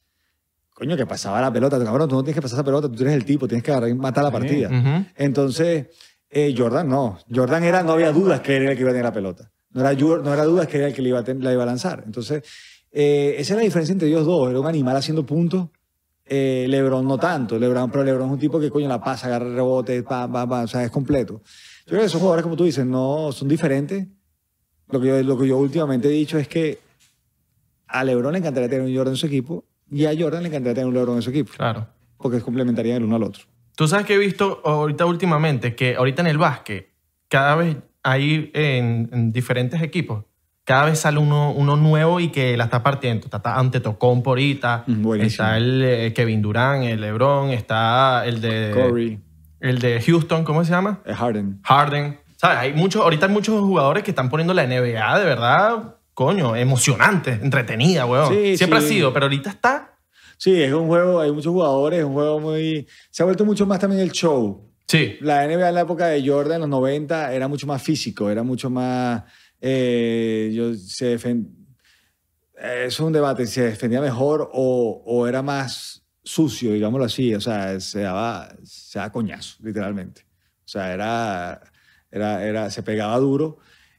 [SPEAKER 4] coño, que pasaba la pelota. Cabrón, tú no tienes que pasar esa pelota, tú eres el tipo, tienes que agarrar y matar la partida.
[SPEAKER 2] Ujú.
[SPEAKER 4] Entonces, eh, Jordan no. Jordan era, no había dudas que era el que iba a tener la pelota. No era, Jor- no era dudas que era el que le iba a ten- la iba a lanzar. Entonces, eh, esa es la diferencia entre ellos dos. Era un animal haciendo puntos. Eh, Lebron no tanto. Lebron, pero Lebron es un tipo que coño la pasa, agarra el rebote, pa, pa, pa, o sea, es completo. Yo creo que esos jugadores, como tú dices, no son diferentes. Lo que yo, lo que yo últimamente he dicho es que a Lebron le encantaría tener un Jordan en su equipo y a Jordan le encantaría tener un Lebron en su equipo.
[SPEAKER 2] Claro.
[SPEAKER 4] Porque complementarían el uno al otro.
[SPEAKER 2] Tú sabes que he visto ahorita últimamente que ahorita en el básquet cada vez hay en, en diferentes equipos, cada vez sale uno, uno nuevo y que la está partiendo. Está, está Antetokounmpo ahorita,
[SPEAKER 4] Mm, buenísimo.
[SPEAKER 2] está el eh, Kevin Durant, el LeBron, está el de
[SPEAKER 4] Curry,
[SPEAKER 2] el de Houston, ¿cómo se llama?
[SPEAKER 4] eh, Harden.
[SPEAKER 2] Harden. ¿Sabes? Hay muchos, ahorita hay muchos jugadores que están poniendo la NBA de verdad, coño, emocionante, entretenida, weón.
[SPEAKER 4] Sí,
[SPEAKER 2] Siempre
[SPEAKER 4] sí.
[SPEAKER 2] ha sido, pero ahorita está.
[SPEAKER 4] Sí, es un juego, hay muchos jugadores, es un juego muy... Se ha vuelto mucho más también el show.
[SPEAKER 2] Sí.
[SPEAKER 4] La NBA en la época de Jordan, en los 90, era mucho más físico, era mucho más... eh, yo se defen- eh, Es un debate, si se defendía mejor o, o era más sucio, digámoslo así. O sea, se daba, se daba coñazo, literalmente. O sea, era, era, era, se pegaba duro.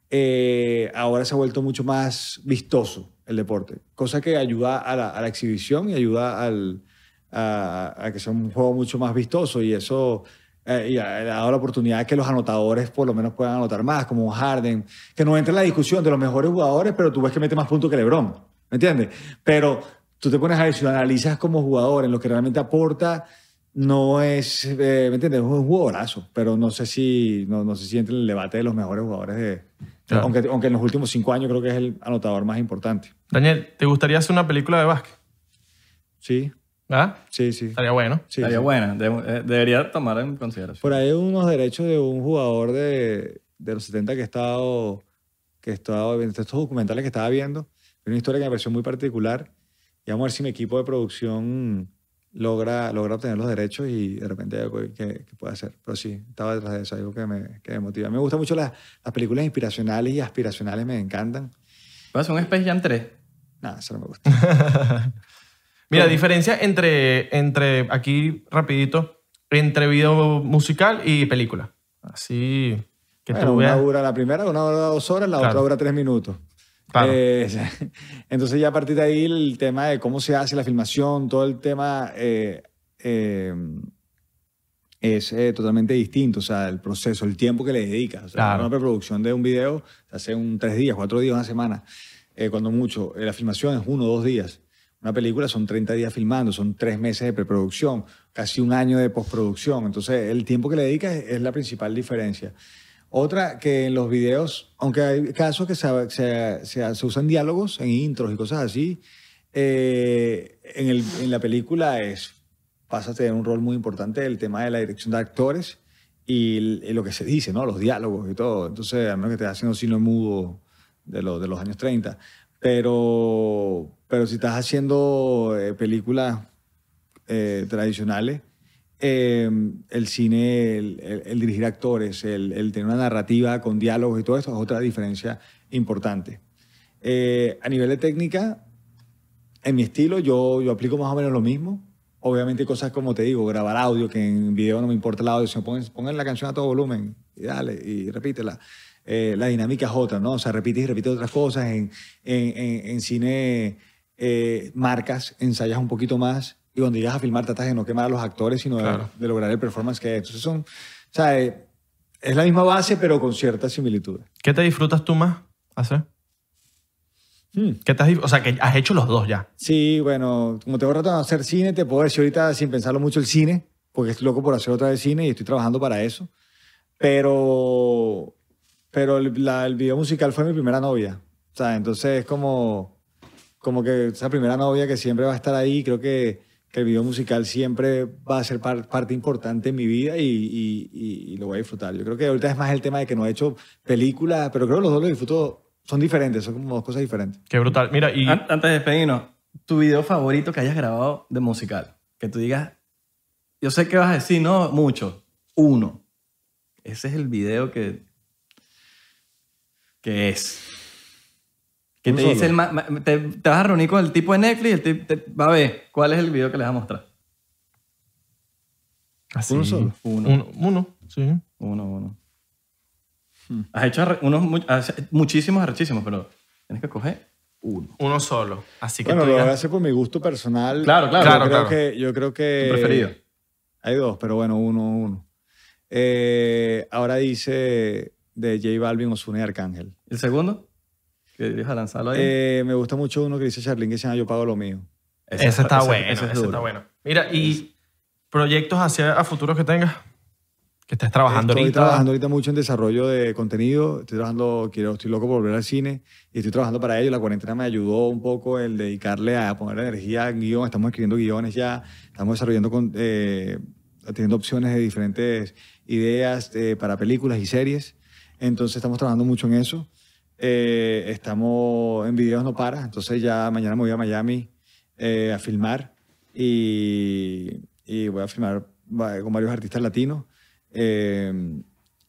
[SPEAKER 4] Eh, ahora se ha vuelto mucho más vistoso el deporte, cosa que ayuda a la, a la exhibición y ayuda al, a, a que sea un juego mucho más vistoso. Y eso, eh, y ha dado la oportunidad de que los anotadores por lo menos puedan anotar más, como un Harden, que no entre en la discusión de los mejores jugadores, pero tú ves que mete más puntos que LeBron, ¿me entiendes? Pero tú te pones a ver, si lo analizas como jugador en lo que realmente aporta, no es, eh, ¿me entiendes? Es un jugadorazo, pero no sé si, no, no sé si entra en el debate de los mejores jugadores de...
[SPEAKER 2] Claro.
[SPEAKER 4] Aunque, aunque en los últimos cinco años creo que es el anotador más importante.
[SPEAKER 2] Daniel, ¿te gustaría hacer una película de básquet?
[SPEAKER 4] Sí,
[SPEAKER 2] ¿Ah?
[SPEAKER 4] sí, sí.
[SPEAKER 2] Estaría bueno.
[SPEAKER 4] sí,
[SPEAKER 3] Estaría
[SPEAKER 4] sí. Pues-
[SPEAKER 3] buena. de- eh, debería tomar en consideración.
[SPEAKER 4] Por ahí unos derechos de un jugador de, de los 70 que he estado, que he estado viendo estos documentales que estaba viendo. Una historia que me pareció muy particular. Y vamos a ver si mi equipo de producción logra, logra obtener los derechos y de repente algo que, que pueda hacer. Pero sí, estaba detrás de eso, algo que me, que me motiva. Me gustan mucho las, las películas inspiracionales y aspiracionales, me encantan.
[SPEAKER 3] ¿Vas a hacer un Space Jam 3?
[SPEAKER 4] Nada, eso no me gusta.
[SPEAKER 2] Mira, diferencia entre, entre, aquí rapidito, entre video musical y película. Así que
[SPEAKER 4] Bueno,
[SPEAKER 2] tú
[SPEAKER 4] una
[SPEAKER 2] veas.
[SPEAKER 4] dura la primera, una dura dos horas, la otra
[SPEAKER 2] Claro.
[SPEAKER 4] dura tres minutos.
[SPEAKER 2] Claro.
[SPEAKER 4] Eh, <laughs> entonces ya a partir de ahí el tema de cómo se hace la filmación, todo el tema eh, eh, es eh, totalmente distinto, o sea, el proceso, el tiempo que le dedicas. O sea,
[SPEAKER 2] Claro.
[SPEAKER 4] Una preproducción de un video se hace un tres días, cuatro días, una semana, eh, cuando mucho. Eh, la filmación es uno o dos días. Una película son 30 días filmando, son tres meses de preproducción, casi un año de postproducción. Entonces, el tiempo que le dedicas es- es la principal diferencia. Otra que en los videos, aunque hay casos que se, se- se- se usan diálogos en intros y cosas así, eh, en, el- en la película es, pasa a tener un rol muy importante el tema de la dirección de actores y, el- y lo que se dice, ¿no? los diálogos y todo. Entonces, a menos que estés haciendo cine mudo de, lo- de los años 30. Pero, pero si estás haciendo eh, películas eh, tradicionales, eh, el cine, el, el- el dirigir actores, el, el tener una narrativa con diálogos y todo esto es otra diferencia importante. Eh, a nivel de técnica, en mi estilo yo, yo aplico más o menos lo mismo. Obviamente cosas como te digo, grabar audio, que en video no me importa el audio, sino pongan, pongan la canción a todo volumen y dale, y repítela. Eh, la dinámica es otra, ¿no? O sea, repites y repites otras cosas. En, en- en- en cine eh, marcas, ensayas un poquito más y cuando llegas a filmar tratas de no quemar a los actores, sino de-
[SPEAKER 2] Claro.
[SPEAKER 4] de, lograr el performance que es. Entonces son, o sea, eh, es la misma base pero con ciertas similitudes.
[SPEAKER 2] ¿Qué te disfrutas tú más hacer?
[SPEAKER 4] Hmm.
[SPEAKER 2] ¿Qué te has dif- o sea, que has hecho los dos ya.
[SPEAKER 4] Sí, bueno, como tengo rato de no hacer cine, te puedo decir ahorita sin pensarlo mucho el cine, porque estoy loco por hacer otra vez cine y estoy trabajando para eso. Pero, pero el, la- el video musical fue mi primera novia. O sea, entonces es como, como que esa primera novia que siempre va a estar ahí, creo que, que el video musical siempre va a ser par- parte importante en mi vida y, y- y- y lo voy a disfrutar. Yo creo que ahorita es más el tema de que no he hecho películas, pero creo que los dos los disfruto, son diferentes, son como dos cosas diferentes.
[SPEAKER 2] Qué brutal. Mira, y
[SPEAKER 4] Ah,
[SPEAKER 3] An- Antes de despedirnos, tu video favorito que hayas grabado de musical. Que tú digas, yo sé que vas a decir, no, mucho. Uno. Ese es el video que. que es. Que
[SPEAKER 4] Uno
[SPEAKER 3] te dice
[SPEAKER 4] solo.
[SPEAKER 3] el ma- ma- te, te vas a reunir con el tipo de Netflix y el tipo te va a ver cuál es el video que les va a mostrar.
[SPEAKER 2] así.
[SPEAKER 4] uno solo.
[SPEAKER 3] Uno.
[SPEAKER 2] Uno, uno, sí.
[SPEAKER 3] Uno, uno. Has hecho arre- unos mu- has- muchísimos arrechísimos, pero tienes que coger uno.
[SPEAKER 2] Uno solo. Así que
[SPEAKER 4] Bueno,
[SPEAKER 2] tú
[SPEAKER 4] lo voy a
[SPEAKER 2] digas-
[SPEAKER 4] hacer por mi gusto personal.
[SPEAKER 3] Claro, claro.
[SPEAKER 2] Claro,
[SPEAKER 4] yo creo
[SPEAKER 2] claro.
[SPEAKER 4] que yo creo que
[SPEAKER 3] Tu preferido.
[SPEAKER 4] hay dos pero bueno uno uno Eh, ahora dice de J Balvin Ozuna y Arcángel
[SPEAKER 3] ¿El segundo? Que deja lanzarlo ahí.
[SPEAKER 4] Eh, me gusta mucho uno que dice Charlene que se llama yo pago lo mío
[SPEAKER 2] Ese, está bueno.
[SPEAKER 3] ese
[SPEAKER 2] Ese,
[SPEAKER 3] es duro.
[SPEAKER 2] está bueno. Mira, y proyectos hacia a futuro que tengas. Que estés trabajando
[SPEAKER 4] estoy
[SPEAKER 2] ahorita.
[SPEAKER 4] trabajando ahorita mucho en desarrollo de contenido estoy trabajando quiero estoy loco por volver al cine y estoy trabajando para ello la cuarentena me ayudó un poco el dedicarle a poner energía al guión estamos escribiendo guiones ya estamos desarrollando con, eh, teniendo opciones de diferentes ideas eh, para películas y series entonces estamos trabajando mucho en eso Eh, estamos en videos no para entonces ya mañana me voy a Miami eh, a filmar y, y voy a filmar va- con varios artistas latinos. Eh,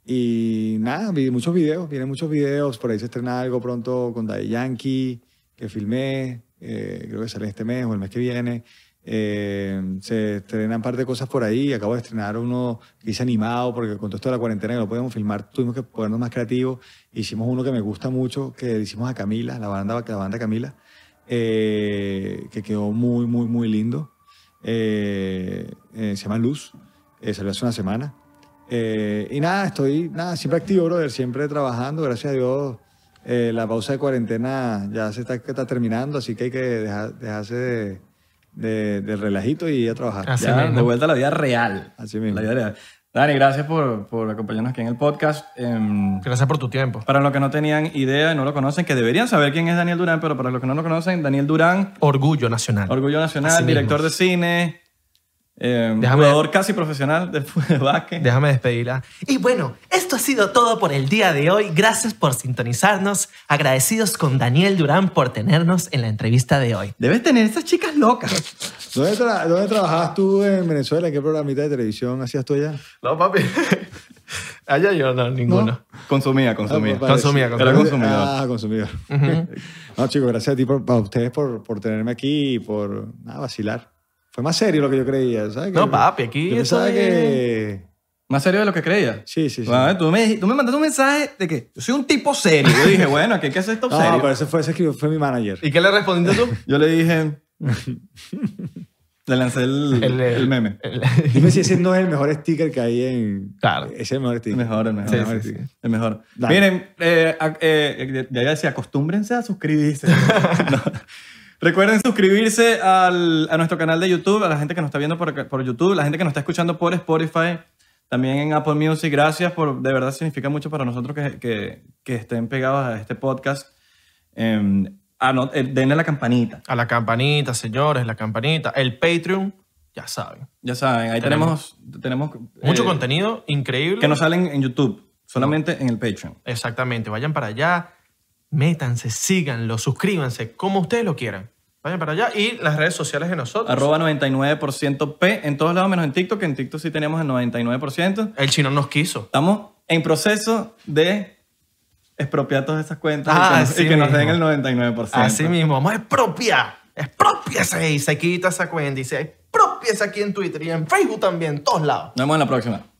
[SPEAKER 4] y nada, vi muchos videos, vienen muchos videos, por ahí se estrena algo pronto con Daddy Yankee, que filmé, eh, creo que sale este mes o el mes que viene. Eh, se estrenan parte de cosas por ahí, acabo de estrenar uno que hice animado porque con todo esto de la cuarentena que no podíamos filmar, tuvimos que ponernos más creativos, hicimos uno que me gusta mucho, que le hicimos a Camila, la banda, la banda Camila, eh, que quedó muy, muy, muy lindo. Eh, eh, se llama Luz, eh, salió hace una semana. Eh, y nada, estoy nada, siempre activo, brother, siempre trabajando, gracias a Dios. eh, la pausa de cuarentena ya se está, está terminando, así que hay que dejar- dejarse de, de- del relajito y ir a trabajar.
[SPEAKER 2] Así
[SPEAKER 3] Ya,
[SPEAKER 2] mismo.
[SPEAKER 3] de vuelta a la vida real.
[SPEAKER 4] Así mismo.
[SPEAKER 3] La vida real. Dani, gracias por, por acompañarnos aquí en el podcast. Em,
[SPEAKER 2] Gracias por tu tiempo.
[SPEAKER 3] para los que no tenían idea y no lo conocen, que deberían saber quién es Daniel Durán, pero para los que no lo conocen, Daniel Durán,
[SPEAKER 2] Orgullo nacional.
[SPEAKER 3] Orgullo Nacional,
[SPEAKER 2] Así mismo.
[SPEAKER 3] director de cine, em,
[SPEAKER 2] Déjame-
[SPEAKER 3] jugador casi profesional de, fútbol de básquet.
[SPEAKER 2] Déjame despedirla.
[SPEAKER 5] Y bueno, esto ha sido todo por el día de hoy. Gracias por sintonizarnos. Agradecidos con Daniel Durán por tenernos en la entrevista de hoy.
[SPEAKER 3] Debes tener estas chicas locas.
[SPEAKER 4] ¿Dónde, tra- dónde trabajabas tú en Venezuela? ¿En qué programita de televisión hacías tú allá?
[SPEAKER 2] No, papi. <laughs> Allá yo no, ninguno.
[SPEAKER 3] Consumía, consumía.
[SPEAKER 4] Ah, pues, parece.
[SPEAKER 2] Consumía,
[SPEAKER 3] consumía. Era consumidor.
[SPEAKER 4] Ah, consumidor. <laughs> No, chicos, gracias a ti, por, a ustedes por, por tenerme aquí y por nada, vacilar. Fue más serio lo que yo creía, ¿sabes?
[SPEAKER 2] No,
[SPEAKER 4] Que-
[SPEAKER 2] papi, aquí
[SPEAKER 4] Yo pensaba
[SPEAKER 2] esto es-
[SPEAKER 4] que...
[SPEAKER 3] Más serio de lo que creía.
[SPEAKER 4] Sí, sí, sí.
[SPEAKER 3] Bueno, tú, me, dij- tú me mandaste un mensaje de que yo soy un tipo serio. Yo dije, <laughs> bueno, ¿qué, qué es esto
[SPEAKER 4] No,
[SPEAKER 3] serio?
[SPEAKER 4] pero ese fue, ese escribió- fue mi manager.
[SPEAKER 2] ¿Y qué le respondiste tú?
[SPEAKER 3] Yo
[SPEAKER 2] <laughs>
[SPEAKER 3] le dije. le lancé el,
[SPEAKER 2] El-
[SPEAKER 3] el meme.
[SPEAKER 2] El-
[SPEAKER 4] Dime si ese no es el mejor sticker que hay en...
[SPEAKER 2] Claro.
[SPEAKER 4] Ese es el mejor
[SPEAKER 3] El
[SPEAKER 4] sticker.
[SPEAKER 3] mejor, el mejor.
[SPEAKER 2] Sí,
[SPEAKER 3] el mejor.
[SPEAKER 2] sí, sí.
[SPEAKER 3] El mejor.
[SPEAKER 4] Dale.
[SPEAKER 3] Miren, eh, ac- eh, ya ya decía, acostúmbrense a
[SPEAKER 2] <laughs>
[SPEAKER 3] suscribirse. No. Recuerden suscribirse al- a nuestro canal de YouTube, a la gente que nos está viendo por, acá- por YouTube, la gente que nos está escuchando por Spotify, también en Apple Music. Gracias, por, de verdad significa mucho para nosotros que, que- que estén pegados a este podcast. Eh, ano- eh, denle a la campanita.
[SPEAKER 2] A la campanita, señores, la campanita. El Patreon, ya saben.
[SPEAKER 3] Ya saben, ahí tenemos,
[SPEAKER 2] Tenemos.
[SPEAKER 3] tenemos,
[SPEAKER 2] Mucho
[SPEAKER 3] eh,
[SPEAKER 2] contenido increíble.
[SPEAKER 3] que no salen en YouTube, solamente en el Patreon.
[SPEAKER 2] Exactamente, vayan para allá, métanse, síganlo, suscríbanse, como ustedes lo quieran. Vayan para allá y las redes sociales de nosotros.
[SPEAKER 3] Arroba 99% P en todos lados menos en TikTok, que en TikTok sí tenemos el 99%.
[SPEAKER 2] El chino nos quiso.
[SPEAKER 3] Estamos en proceso de expropiar todas esas cuentas
[SPEAKER 2] Ah,
[SPEAKER 3] y, que
[SPEAKER 2] así
[SPEAKER 3] nos, y que nos den
[SPEAKER 2] mismo.
[SPEAKER 3] el 99%.
[SPEAKER 2] Así mismo, vamos a expropiar. Expropiese y se quita esa cuenta y se expropiese aquí en Twitter y en Facebook también, en todos lados.
[SPEAKER 3] Nos vemos en la próxima.